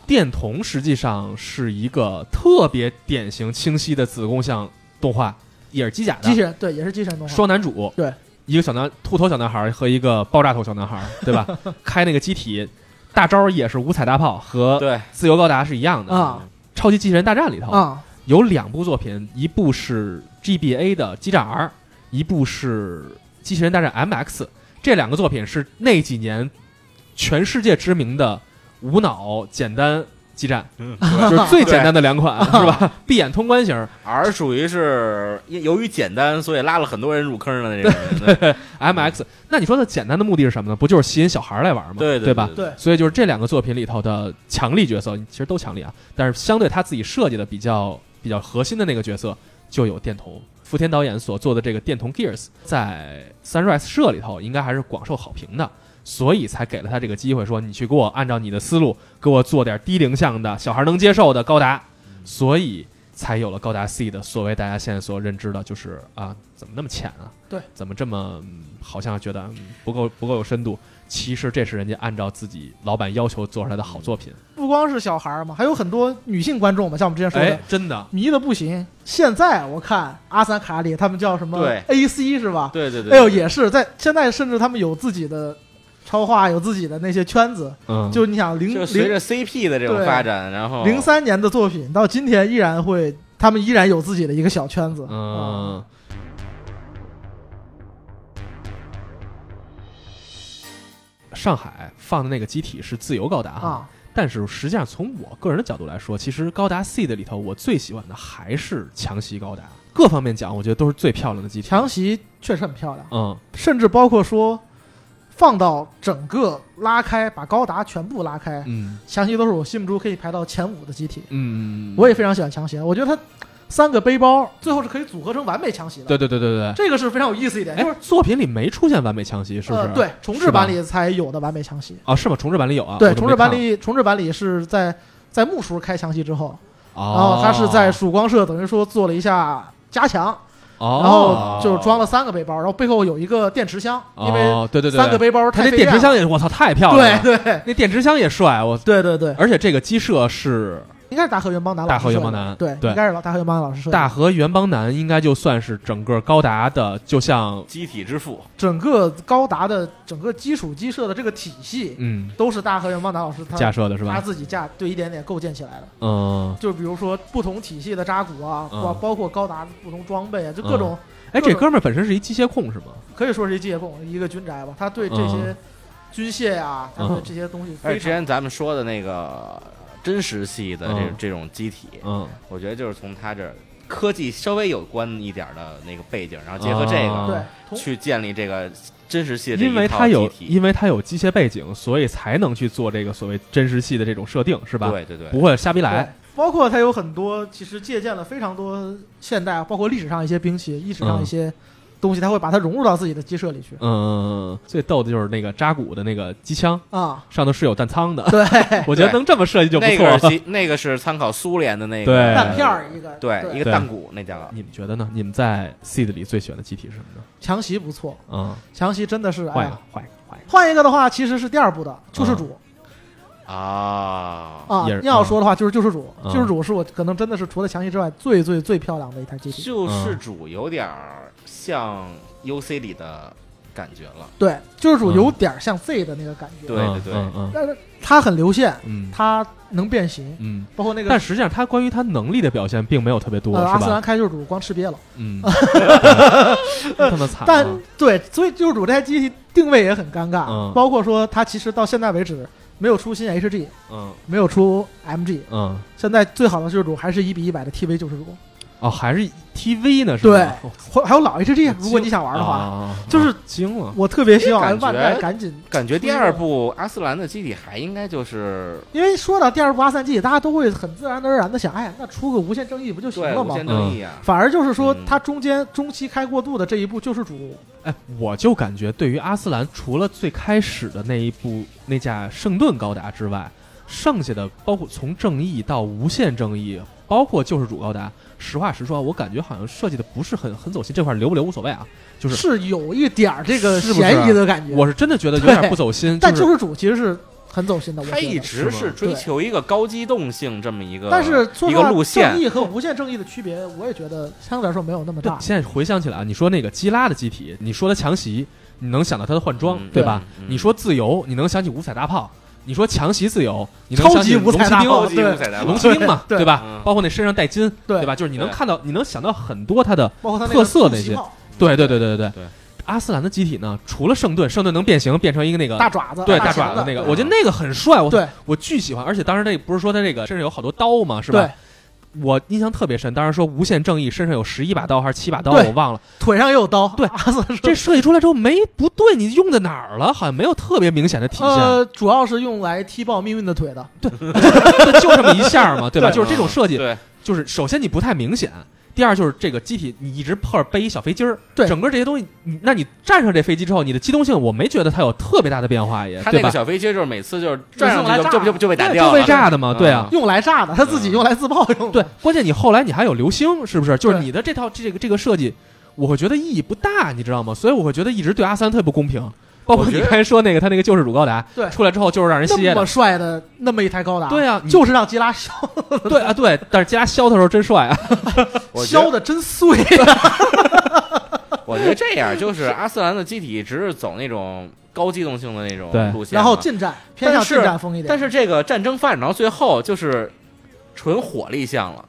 电童实际上是一个特别典型清晰的子宫像动画，也是机甲的
机器人对也是机器人动画，
双男主，
对，
一个小男秃头小男孩和一个爆炸头小男孩，对吧？开那个机体，大招也是五彩大炮和
对
自由高达是一样的
啊
超级机器人大战里头、
啊
有两部作品，一部是 GBA 的机战 R，一部是机器人大战 MX。这两个作品是那几年全世界知名的无脑简单基站， (laughs)
嗯
就是最简单的两款，是吧？闭眼通关型
而属于是由于简单，所以拉了很多人入坑的那种
(laughs)
人。对
MX。那你说它简单的目的是什么呢？不就是吸引小孩来玩吗？
对
对吧？
对
所以就是这两个作品里头的强力角色，其实都强力啊，但是相对他自己设计的比较比较核心的那个角色就有电童。福田导演所做的这个《电童 Gears》在 Sunrise 社里头应该还是广受好评的，所以才给了他这个机会，说你去给我按照你的思路给我做点低龄向的小孩能接受的高达，所以才有了高达 C 的所谓大家现在所认知的，就是啊，怎么那么浅啊？
对，
怎么这么、嗯好像觉得、嗯不够不够有深度？其实这是人家按照自己老板要求做出来的好作品。
不光是小孩儿嘛，还有很多女性观众嘛，像我们之前说嗯的
哎，，真的，
迷的不行。现在我看阿三卡里他们叫什么
对
AC 是吧？
(laughs) 对对对，
哎呦，也是在现在，甚至他们有自己的超话，有自己的那些圈子。
嗯，
就你想零
就随
零
着哦 CP 的这种
啊
对
发展，然后
零三年的作品到今天依然会，他们依然有自己的一个小圈子。啊
嗯，上海放的那个机体是自由高达哈，
啊，
但是实际上从我个人的角度来说，其实高达 C 的里头，我最喜欢的还是强袭高达。各方面讲，我觉得都是最漂亮的机体。
强袭确实很漂亮，
嗯，
甚至包括说放到整个拉开，把高达全部拉开，
嗯
强袭都是我心目中可以排到前五的机体。
嗯，
我也非常喜欢强袭，我觉得它三个背包最后是可以组合成完美强袭的。
对对对对对。
这个是非常有意思一点，
哎
就是，
作品里没出现完美强袭，是不是？啊
呃，对，重置版里才有的完美强袭。
啊，是吗？重置版里有啊。
对，
我都
重
没
置版
看，
里，重置版里是在在木叔开强袭之后，然
哦
后，他是在曙光社等于说做了一下加强，
哦，
然后就是装了三个背包，然后背后有一个电池箱，因为
哦，对对对，
三个背包
他
太
那
费
电池
电
箱
了，
也是，我操，太漂亮了。
对对
那电池箱也帅，我
对对对，
而且这个鸡舍是
应该是大河原邦男老师
呃大河原邦
设的
男
对，
对
应该是老大河原邦老师设的。
大河原邦男应该就算是整个高达的，就像
机体之父，
整个高达的整个基础机设的这个体系，
嗯
都是大河原邦男老师他
架设的是
他
吧？
自己架对一点点构建起来的。
嗯，
就比如说不同体系的扎古啊，
嗯
包、包括高达的不同装备啊，就各种、
哎，
各
这
种
哥们儿本身是一机械控是吗？
可以说是一机械控，一个军宅吧。他对这些
嗯
军械啊，他对
嗯
这些东西
而
非
且之
常
前咱们说的那个真实系的这
嗯
这种机体，
嗯，
我觉得就是从他这儿科技稍微有关一点儿的那个背景，然后结合这
啊
个
对，同
去建立这个真实系的这
因为
一
他
套
有
机，体，
因为他有机械背景，所以才能去做这个所谓真实系的这种设定，是吧？
对对对，
不会瞎逼
对
来。
包括它有很多其实借鉴了非常多现代，包括历史上一些兵器、历史上一些东西，它会把它融入到自己的机设里去
嗯嗯，嗯最逗的就是那个扎古的那个机枪
啊。
上头是有弹仓的， (laughs)
对，
我觉得能这么设计就不
那
错
个
了。
是那个是参考苏联的那个
对
弹片儿一个，
对一个
对
弹鼓那叫
(laughs) 你们觉得呢？你们在 seed 里最喜欢的机体是什么呢？
强袭不错，
啊、
强袭真的是
嗯，换
哎
一个
呀。，
换一个，换一个。
换一个的话，其实是第二部的救世主
啊。
啊
也是。
要说的话，就是救世主，
嗯
救世主是我可能真的是除了强袭之外最最最漂亮的一台机体。
救
嗯
世主有点儿像 UC 里的感觉了，
对，救世主有点像 Z 的那个感觉，
对
嗯
对
嗯嗯
但是它很流线，
嗯
它能变形，
嗯。
包括那
但
个
实际上，他关于他能力的表现并没有特别多，
呃阿
是
斯
吧？
兰开救世主光吃瘪了。
嗯，对 (laughs) 他妈惨
但
了。
对，所以救世主这台机器定位也很尴尬，
嗯
包括说它其实到现在为止没有出新 HG，
嗯
没有出 MG，
嗯，
现在最好的救世主还是一比一百的 TV 救世主，
哦，还是 TV 呢，是吧？
对
哦，
或还有老 HG，啊如果你想玩的话，
啊
就是
惊了。
我特别希望
这
M
感觉
万代赶紧，
感觉第二部阿斯兰的机体还应该就是
因为说到第二部阿三 G，大家都会很自然而然的想，哎呀，那出个无限正义不就行
对
了
无
吗
限？正义啊，
反而就是说
嗯，
它中间中期开过渡的这一部救世主，
哎，我就感觉对于阿斯兰，除了最开始的那一部那架圣盾高达之外，剩下的包括从正义到无限正义，包括救世主高达，实话实说，我感觉好像设计的不是很很走心，这块留不留无所谓啊。就是
是有一点儿这个
是不是
嫌疑的感觉。
我是真的觉得有点不走心，
但
就
救
是
世主其实是很走心的，我
嗯他
觉得。
一直
是
是
吗
追
对
求一个高机动性这么一
呃
个，
但是说
一
实
个
话，
路线
正，义和无限正义的区别，我也觉得相对来说没有那么
对
大。
现在回想起来啊，你说那个基拉的机体，你说他强袭，你能想到他的换装，
嗯
对吧？
嗯嗯
你说自由，你能想起五彩大炮；你说强袭自由，你能
超
想起
级五
龙
彩
骑
大
兵。
炮，
龙骑兵
对
五彩大炮
龙骑兵嘛，
对
吧、
嗯
包括那身上带金，
对
吧？就是你能
对
看到，你能想到很多他的，
包括它那个
特色那
空气
些
炮
对对对对对
对
阿斯兰的机体呢，除了圣盾，圣盾能变形，变成一个那个
大爪子，
对
大
爪
子
那个，
对
我觉得那个很帅，我
对
我巨喜欢。而且当时那不是说他这个身上有好多刀嘛，是吧
对？，
我印象特别深，当时说无限正义身上有十一把刀还是七把刀，
对
我忘了。
腿上也有刀。
对
阿斯说
这设计出来之后没不对，你用在哪儿了？好像没有特别明显的体现。
呃，主要是用来踢爆命运的腿
啊
的。
对 (laughs) 就这么一下嘛，对吧？
对
就是这种设计，
对
就是首先你不太明显，第二就是这个机体你一直后边背一小飞机儿，
对
整个这些东西，你那你站上这飞机之后，你的机动性我没觉得它有特别大的变化也，
他
对
那个
吧？
小飞机就是每次就是站上
每
去
次往下
就就
炸
就就被打
对
掉
就
了，嗯
被炸的嘛，对啊。
用来炸的，他自己用来自爆用的。
对，关键你后来你还有流星，是不是？就是
对
你的这套这个这个设计，我会觉得意义不大，你知道吗？所以我会觉得一直对阿三特不公平。包括
我觉
你
得
刚才说那个他那个救世主高达，
对
出来之后就是让人歇
那么
的，
帅的那么一台高达，
对啊，
就是让基拉削
(laughs) 对啊对，但是加削的时候真帅啊，
我觉
削
得
的真碎。
我觉得这样就是阿斯兰的机体一直是走那种高机动性的那种
对
路线
然
嘛，
后近战偏向
但是
近战风一点，
但是这个战争发展到最后就是纯火力项了。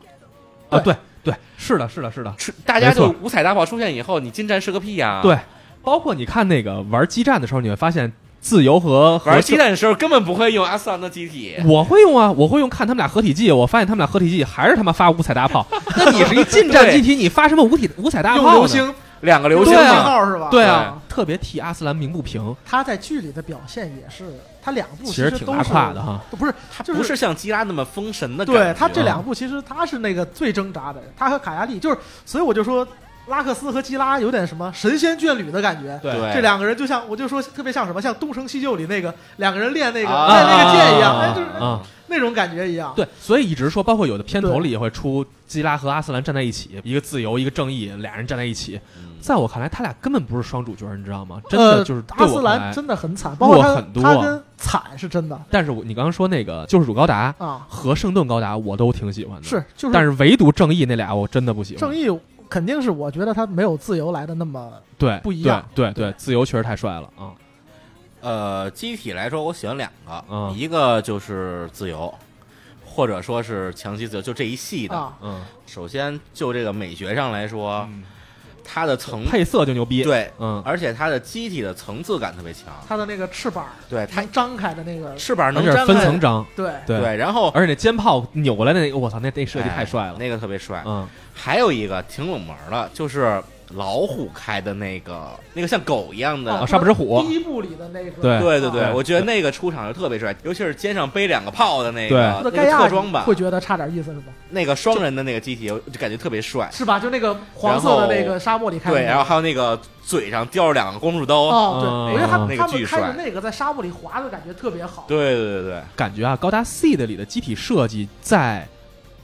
啊
对
对对，是的是的是的，
吃大家
没错
就五彩大炮出现以后，你近战是个屁呀、
对包括你看那个玩基站的时候，你会发现自由和和
玩鸡蛋的时候根本不会用阿斯兰的机体。
我会用啊，我会用看他们俩合体技，我发现他们俩合体技还是他妈发五彩大
(laughs)
炮。那你是一近战机体，你发什么五体五彩大
用
炮
流
呢？
星
两个流
流
星
星
对
信
啊
嘛，
号是吧？
对啊，特别替阿斯兰鸣不平，
他在剧里的表现也是，他两部
其
实
实挺
都
拉
是
胯的，哈。
都不是，就
不是像基拉那么封
啊
神的感觉。啊
对他这两部其实他是那个最挣扎的人，他和卡亚利就是，所以我就说拉克斯和基拉有点什么神仙眷侣的感觉。
对
对
这两个人就像，我就说特别像什么，像《东成西就》里那个两个人练那个
啊
练那个剑一样，
啊
哎，就是
啊，
那种感觉一样。
对，所以一直说，包括有的片头里也会出基拉和阿斯兰站在一起，一个自由，一个正义，俩人站在一起。
嗯
在我看来，他俩根本不是双主角，你知道吗？真
呃
的就是对
阿
我
斯
看
兰
来，
真的很惨，包括他
弱很多
他跟惨是真的
但是我你刚刚说那个救世主高达
啊，
和圣盾高达，我都挺喜欢的。，
是就是，
但是唯独正义那俩，我真的不喜欢。
嗯正义肯定是我觉得他没有自由来的那么
对
不一样，
对对
对
对，自由确实太帅了啊！
呃，机体来说，我喜欢两个，
嗯
一个就是自由，或者说是强袭自由，就这一系的。
啊
嗯，
首先就这个美学上来说，
嗯
它的层
配色就牛逼。，
对，
嗯，
而且它的机体的层次感特别强，
他的那个翅膀
对它
能张开的那个，
翅膀
而
能
且是
张
分
开
层张，
对
对，
对，然后
而且那肩炮扭过来的那个，我操，那那设计太帅
哎
了。
那个特别帅。
嗯，
还有一个挺冷门的，就是老虎开的那个那个像狗一样的
啊，杀不知虎
哦第一部里的那个啊
对
对对
哦
对，
对
我觉得那个出场就特别帅，尤其是肩上背两个炮的那
对
个那
盖
个
亚
特装版
会，觉得差点意思是吧？
那个双人的那个机体，我就感觉特别帅。
是吧？就那个黄色的那个沙漠里开的
对，
那个，
然后还有那个嘴上叼着两个光束刀，
哦，对，
嗯
我觉得他
那
们
个
他们
巨
开着
帅
那个在沙漠里滑的感觉特别好，
对对对对，
感觉啊，高达 C 的里的机体设计在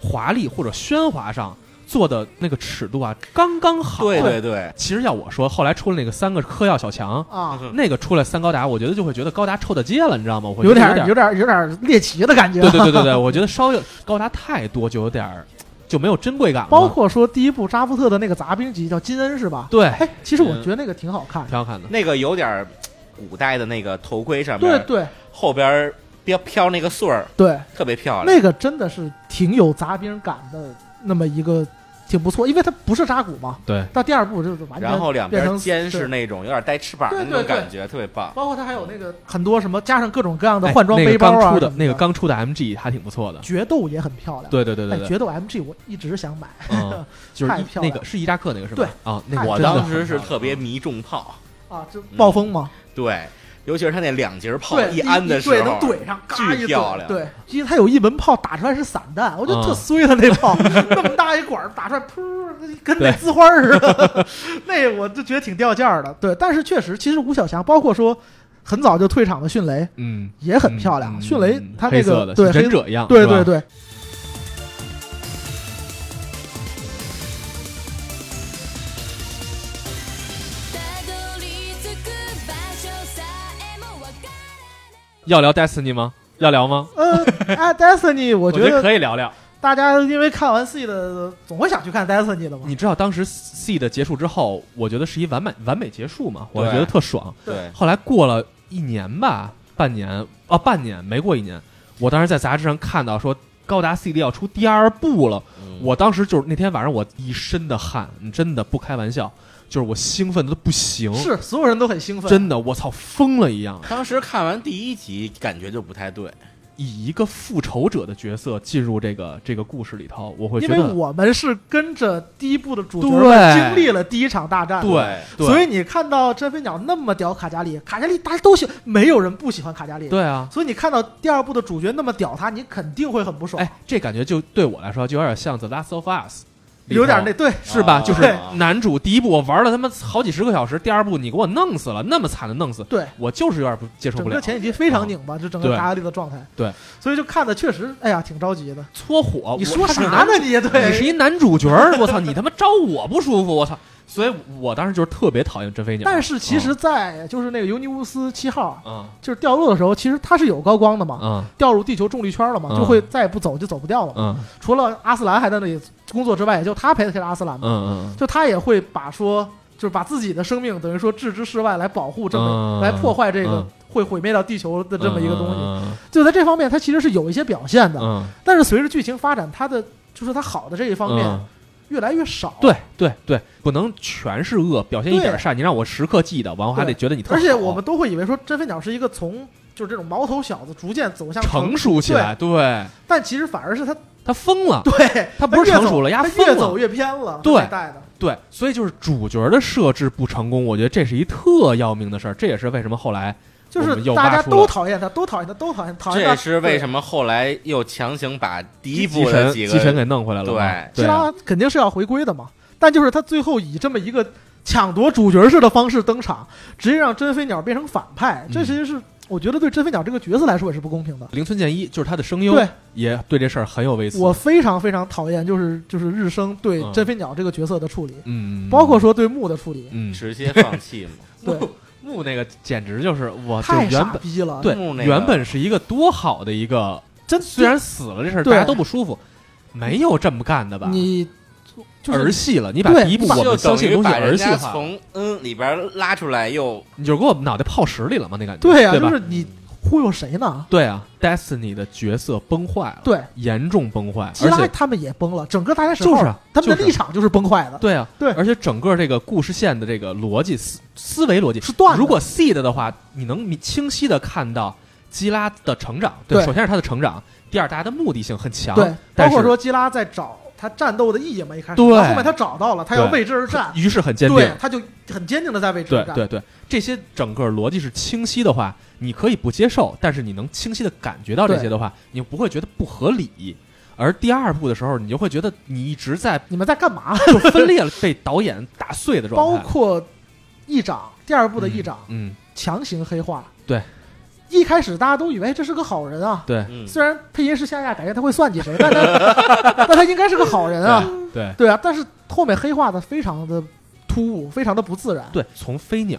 华丽或者喧哗上做的那个尺度啊，刚刚好。
对对对，
其实要我说，后来出了那个三个嗑药小强，
啊，
那个出来三高达，我觉得就会觉得高达臭的街了，你知道吗？我会
有
觉得
点有点有点猎奇的 (laughs) 感觉。
对对对对对，我觉得稍有高达太多就有点儿就没有珍贵感了。
包括说第一部扎夫特的那个杂兵集叫金恩是吧？
对，
哎，其实我觉得那个挺好看的。
挺好看的。
那个有点儿古代的那个头盔上
对
面
对
后边儿飘飘那个穗儿，
对，
特别漂亮。
那个真的是挺有杂兵感的，那么一个挺不错，因为它不是扎古嘛。
对，
到第二部就是完全
然后两边
变成
肩是
对
那种有点带翅膀的那
对
种
对
感觉，特别棒。
包括它还有那个很多什么加上各种各样的
哎
换装
那
背
个
包
刚
啊
出
什
的
么
那个刚出的 MG 还挺不错的。
决斗也很漂亮。
对对对对
哎，
对，
决斗 MG 我一直想买， (laughs)
嗯，就是
哎太
一
漂
那
亮
个是伊扎克那个是吧？
对
啊，那
太
个
我
真的
当时
很嗯
是
漂亮
特别迷重炮，
啊，这
嗯
暴风嘛，
对，尤其是他那两节炮
对，
一安的时
对，
候
能，怼上，嘎
巨
一
漂
怼，
亮
对，因为它有一门炮打出来是散弹，我觉得
嗯
特衰的那
(laughs)
炮，那么大一管儿打出来，噗，跟那
对
滋花儿似的， (laughs) 那我就觉得挺掉价儿的。对，但是确实，其实吴小强，包括说很早就退场的迅雷
嗯。
也很漂亮，迅雷他那
黑色
个
的
对
像忍
黑，
者一样，
对
是吧
对对，
たどり着く場所さえもわか
要聊 Destiny 吗？要聊吗？
呃，哎，Destiny，我
我
觉得
可以聊聊。
大家因为看完 C 的，总会想去看 Destiny 的嘛。
你知道当时 C 的结束之后，我觉得是一完满完美结束嘛，我
对
觉得特爽。
对，
后来过了一年吧，半年啊，半年没过一年，我当时在杂志上看到说高达 CD 要出第二部了，
嗯
我当时就是那天晚上我一身的汗，真的不开玩笑，就是我兴奋的不行，
是，所有人都很兴奋，
哦真的我操疯了一样。
当时看完第一集感觉就不太对，
以一个复仇者的角色进入这个这个故事里头，我会觉
因为
得
我们是跟着第一部的主角
对
们经历了第一场大战，
对，对
所以你看到真飞鸟那么屌卡加利，卡加利大家都喜，没有人不喜欢卡加利，
对啊，
所以你看到第二部的主角那么屌他，你肯定会很不爽，
哎，这感觉就对我来说就有点像《The Last of Us》里头，
有点那对
是吧？
啊
就是
对
男主第一部我玩了他妈好几十个小时，第二部你给我弄死了，那么惨的弄死，
对，
我就是有点不接受
整
不
个
了，
前几集非常拧巴，就整个
对
卡加利的状态，
对，
所以就看的确实，哎呀，挺着急的。
搓火。
你
我
说
他是个
啥
男
呢你？对，
你是一男主角儿，我操！你他妈招我不舒服，我操！所以我当时就是特别讨厌真飞鸟。
但是其实，在就是那个尤尼乌斯七号，
嗯，
就是掉落的时候，其实它是有高光的嘛，
嗯
掉入地球重力圈了嘛，
嗯
就会再也不走就走不掉了
嗯
嘛。除了阿斯兰还在那里工作之外，也就他陪陪着阿斯兰
嗯
嘛，
嗯
就他也会把说，就是把自己的生命等于说置之事外，来保护这
嗯
么、来破坏这个、
嗯
会毁灭掉地球的这么一个东西。
嗯
就在这方面，他其实是有一些表现的，
嗯，
但是随着剧情发展，他的就是他好的这一方面
嗯
越来越少。
对对对，不能全是恶，表现一点
对
善，你让我时刻记得，完我还
对
得觉得你特好。
而且我们都会以为说真飞鸟是一个从就是这种毛头小子逐渐走向
成熟起来，对
对，但其实反而是他 (laughs)
他疯了，
对
他不是
越走
成熟了，丫
他
疯
越
了
走。越偏了，
对
这一代的。
对，所以就是主角的设置不成功，我觉得这是一特要命的事儿，这也是为什么后来
就
我
是
们又
大家
挖出了
都讨厌他，都讨厌他，都讨厌他，讨
这
厌
也
他。
是为
么
什么后来又强行把第
机
一部的
神
几
机
个
神给弄回来了嘛。
对
基
对啊
拉肯定是要回归的嘛？但就是他最后以这么一个抢夺主角式的方式登场，直接让真飞鸟变成反派，这
嗯
其实是我觉得对真飞鸟这个角色来说也是不公平的。
零村健一就是他的声优，
对
也对这事儿很有微词。
我非常非常讨厌，就是就是日升对
嗯
真飞鸟这个角色的处理，
嗯，
包括说对木的处理，
嗯，
直接放弃
(laughs)
嘛。
对
木木那个简直就是我啊就
太
原
傻
本
逼了。
对
木那个
原本是一个多好的一个，
真
虽然死了这事儿
对
大家都不舒服，没有这么干的吧？
你就是
儿戏了，你把
对
第一部
你把
我
就
们相
等
信的
于
东西
把
儿
人
戏
家
化，
从 N 里边拉出来，又
你就给我脑袋泡屎里了嘛？那感觉
对呀、啊
对吧
就是你忽悠谁呢？
对啊，Destiny 的角色崩坏了，
对，
严重崩坏，
基
而
拉
且
他们也崩了，整个大家审
就
后
是啊
他们
就是
的
啊
立场就是崩坏的，
对啊，
对
而且整个这个故事线的这个逻辑思思维逻辑
是断的。
如果 seed 的话，你能明清晰的看到基拉的成长。对，
对
首先是他的成长，第二大家的目的性很强。
对，包
啊但
括
是
说基拉在找他战斗的意义嘛，一开始，
对
到后面他找到了，他要
对
为之而战，
于是很坚定。
对，他就很坚定的在为之而
对
战。
对对，这些整个逻辑是清晰的话，你可以不接受，但是你能清晰的感觉到这些的话，你不会觉得不合理。而第二部的时候，你就会觉得你一直在
你们在干嘛？
就分裂了，被导演打碎的 (laughs) 状
包
态。
括议长，第二部的议长、
嗯，
强行黑化。
对，
一开始大家都以为这是个好人啊，
对
嗯
虽然配音师夏亚感觉他会算
(laughs)
计谁，但他但他应该是个好人啊。
对
对啊，但是后面黑化的非常的突兀，非常的不自然。
对，从飞鸟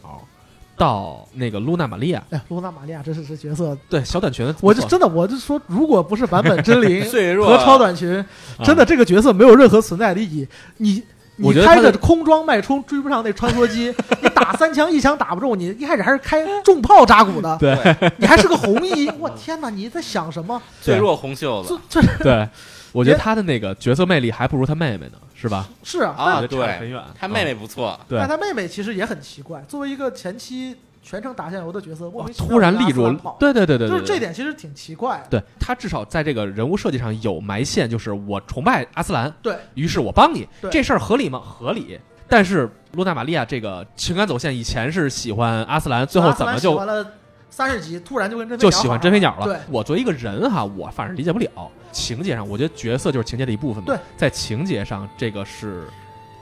到那个露娜玛利亚，
哎，露娜玛利亚真是这角色，
对小短裙，
我就真的我就说，如果不是版本
(laughs)
真灵
脆弱
和超短裙，
啊
真的这个角色没有任何存在的意义。你你
我觉得
开
他的
着空装脉冲追不上那穿梭机，你打三枪一枪打不中，你一开始还是开重炮扎鼓的，
对
你还是个红衣，我天哪，你在想
(laughs)
什么？
脆弱红袖子
这这是
对，我觉得他的那个角色魅力还不如他妹妹呢，是吧？啊
是啊，
啊，
我觉得差很
对
远，
他妹妹不错，
对
但他妹妹其实也很奇怪，作为一个前期全程打酱油的角色，莫
哇
名其妙
突然立
被
住
拉斯兰跑，，
对对对对，对
就是这。点其实挺奇怪的。
对对他至少在这个人物设计上有埋线，就是我崇拜阿斯兰，
对
于是我帮你，
对
这事儿合理吗？合理。但是露娜玛利亚这个情感走线，以前是喜欢阿斯兰，最后
拉斯
怎
兰
么
喜
就
欢了三十集，突然就跟真飞
就
鸟
喜欢
好
真飞鸟了？
对，
我作为一个人哈，我反正理解不了情节上，我觉得角色就是情节的一部分嘛。
对，
在情节上，这个是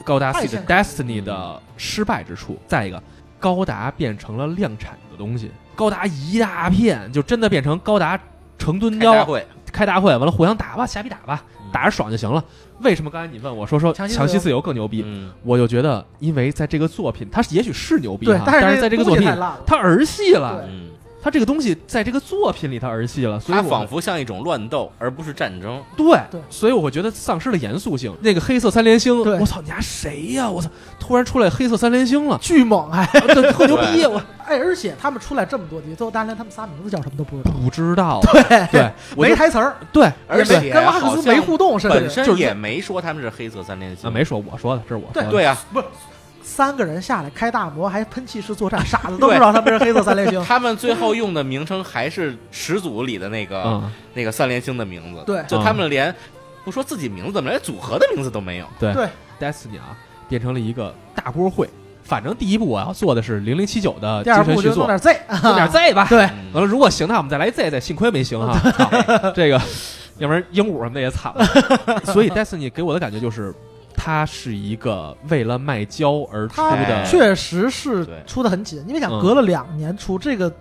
高达
太
C 的
现
Destiny
嗯
的失败之处。再一个，高达变成了量产的东西，高达一大片就真的变成高达成吨
开大
雕，
会
开大会完了互相打吧，瞎逼打吧
嗯，
打着爽就行了。为什么刚才你问我说说
强袭自由
强袭自由更牛逼？
嗯，
我就觉得，因为在这个作品，它也许是牛逼
对
哈，，
但
但
是
在这个
东
作
西
品
太，烂了。
它儿戏了
对，
嗯，
它这个东西在这个作品里它儿戏了，所以
它
我
仿佛像一种乱斗，而不是战争。
对
对
所以我觉得丧失了严肃性。那个黑色三连星，
对，
我操，你家谁呀、我操，突然出来黑色三连星了
巨
(laughs)
猛还、
啊这特牛逼！我
哎，而且他们出来这么多集，最后大家连他们仨名字叫什么都不知道，
不知道，
对
对，我
没
就
台词儿，
对
而
也没
且
跟马
好
克思
像
没互动，甚
本
至
就
身
是
也没说他们是黑色三连星
啊，没说我说的，这是我说
对
的，
对啊，。
三个人下来开大魔，还喷气式作战，傻子都不知道他们是黑色三连
(laughs)
星
他们最后用的名称还是始祖里的那个、
嗯，
那个三连星的名字。
对
就他们连不说自己名字怎么，连组合的名字都没有。
对
对
Destiny 啊，变成了一个大锅烩。反正第一部我要做的是零零七九的
第
精
二
神
部
续
就弄
作，
点 Z，
弄点 Z 吧。
对，啊
嗯
完了，如果行的话，我们再来 Z Z。幸亏没行哈，
(laughs)
操这个，要不然鹦鹉什么的也惨了。所以 Destiny 给我的感觉就是，它是一个为了卖胶而出
他
的，
确实是
对
出的很紧，因为想
嗯
隔了两年出这个，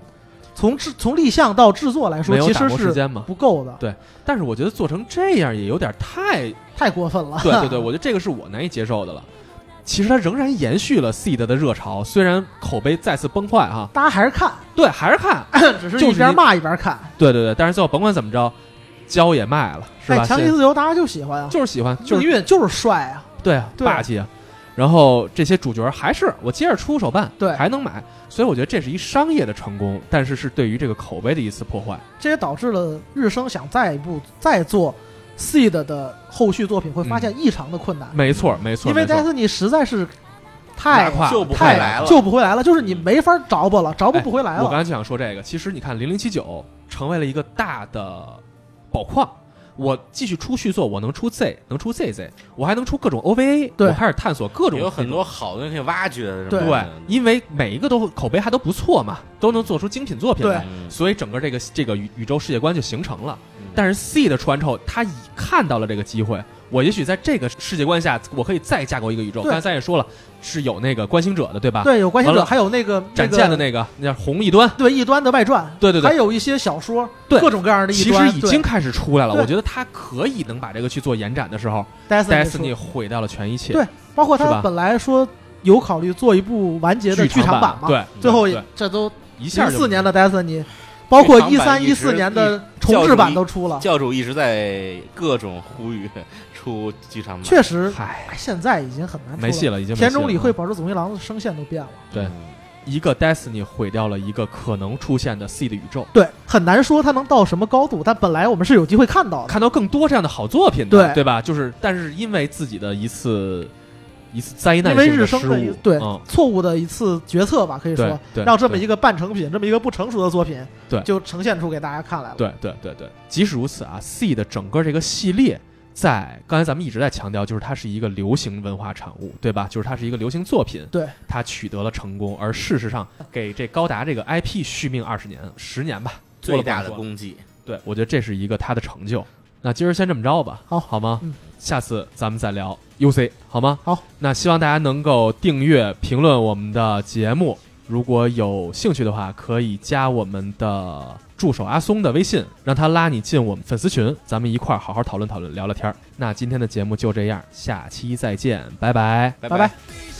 从制从立项到制作来说
没，有
其
打
实
磨时
是
间嘛。
不够的，
但是我觉得做成这样也有点
(laughs)
太……
太过分了。
对
(laughs)
对对，我觉得这个是我难以接受的了。其实它仍然延续了 seed 的热潮，虽然口碑再次崩坏啊哈，
大家还是看， (coughs)
对，还是看，
只
就是是
一边
一
骂一边看。
对对对，但是最后甭管怎么着，胶也卖了，是吧？
哎，强袭
先
自由大家就喜欢啊，
就是喜欢，就是
命运就是帅啊，
对啊，
对
霸气啊。然后这些主角还是我接着出手办，
对
还能买，所以我觉得这是一商业的成功，但是是对于这个口碑的一次破坏。
这也导致了日升想再一步再做 seed 的后续作品，会发现异常的困难，
嗯没错，没错，
因为
没错
Destiny 实在是
拉
太
胯
就不会
太
来了
救不回来了，就是你没法着不了，着不
嗯哎
不回来啊
我
了。
刚才就想说这个，其实你看零零七九成为了一个大的宝矿，我继续出续作，我能出 Z，能出 ZZ，我还能出各种 OVA，
对
我开始探索各种
有很多好的东西挖掘的，嗯
对
对，因为每一个都口碑还都不错嘛，都能做出精品作品来
对
嗯
所以整个这个
嗯
这个宇宇宙世界观就形成了。但是 C 的出完之后，他已看到了这个机会，我也许在这个世界观下，我可以再架构一个宇宙。
对
刚才咱也说了，是有那个观星者的，对吧？，
对，有关系
完
者，
了
还有那个
展现的那
那个
个那叫红异端，
对异端的外传，
对对对
还有一些小说，
对
各种各样的异
其
端，
实已经开始出来了。
对
我觉得他可以能把这个去做延展的时候
对 Destiny
，Destiny
说
毁掉了全一切。
对包括
是
他
吧
本来说有考虑做一部完结的剧
剧
场
版
嘛，，
对，
最后
对
这都
一下
零
就
四年的 Destiny，包括
剧
一
场
三
版
一
一
四
直
年的重置版都出了，
教主一直在各种呼吁出剧场版，
确实哎
嗨，
现在已经很难出
没戏
了。
了，已经没戏
田中理
了啊
惠、保志总一郎的声线都变了，
对
嗯
一个 Destiny 毁掉了一个可能出现的 C 的宇宙，
对，很难说他能到什么高度，但本来我们是有机会看到的。
看到更多这样的好作品的，
对
对吧？就是，但是因为自己的一次一次灾难
因为
性
日
的
升
失
的一
误，
对
嗯，
错误的一次决策吧，可以
对
说
对，
让这么
对
一个半成品、这么一个不成熟的作品，
对
就呈现出给大家看来了。
对对对对，即使如此啊，C 的整个这个系列。在刚才咱们一直在强调，就是它是一个流行文化产物，对吧？就是它是一个流行作品，
对，
它取得了成功，而事实上给这高达这个 IP 续命二十年、十年吧，做
最
了不敢
大的
说
功绩。
对，我觉得这是一个他的成就。那今儿先这么着吧，
好
好吗？
嗯
下次咱们再聊 UC 好吗？
好，
那希望大家能够订阅、评论我们的节目。如果有兴趣的话，可以加我们的助手阿松的微信，让他拉你进我们粉丝群，咱们一块儿好好讨论讨论、聊聊天儿。那今天的节目就这样，下期再见，拜拜。
拜
拜
拜
拜。
「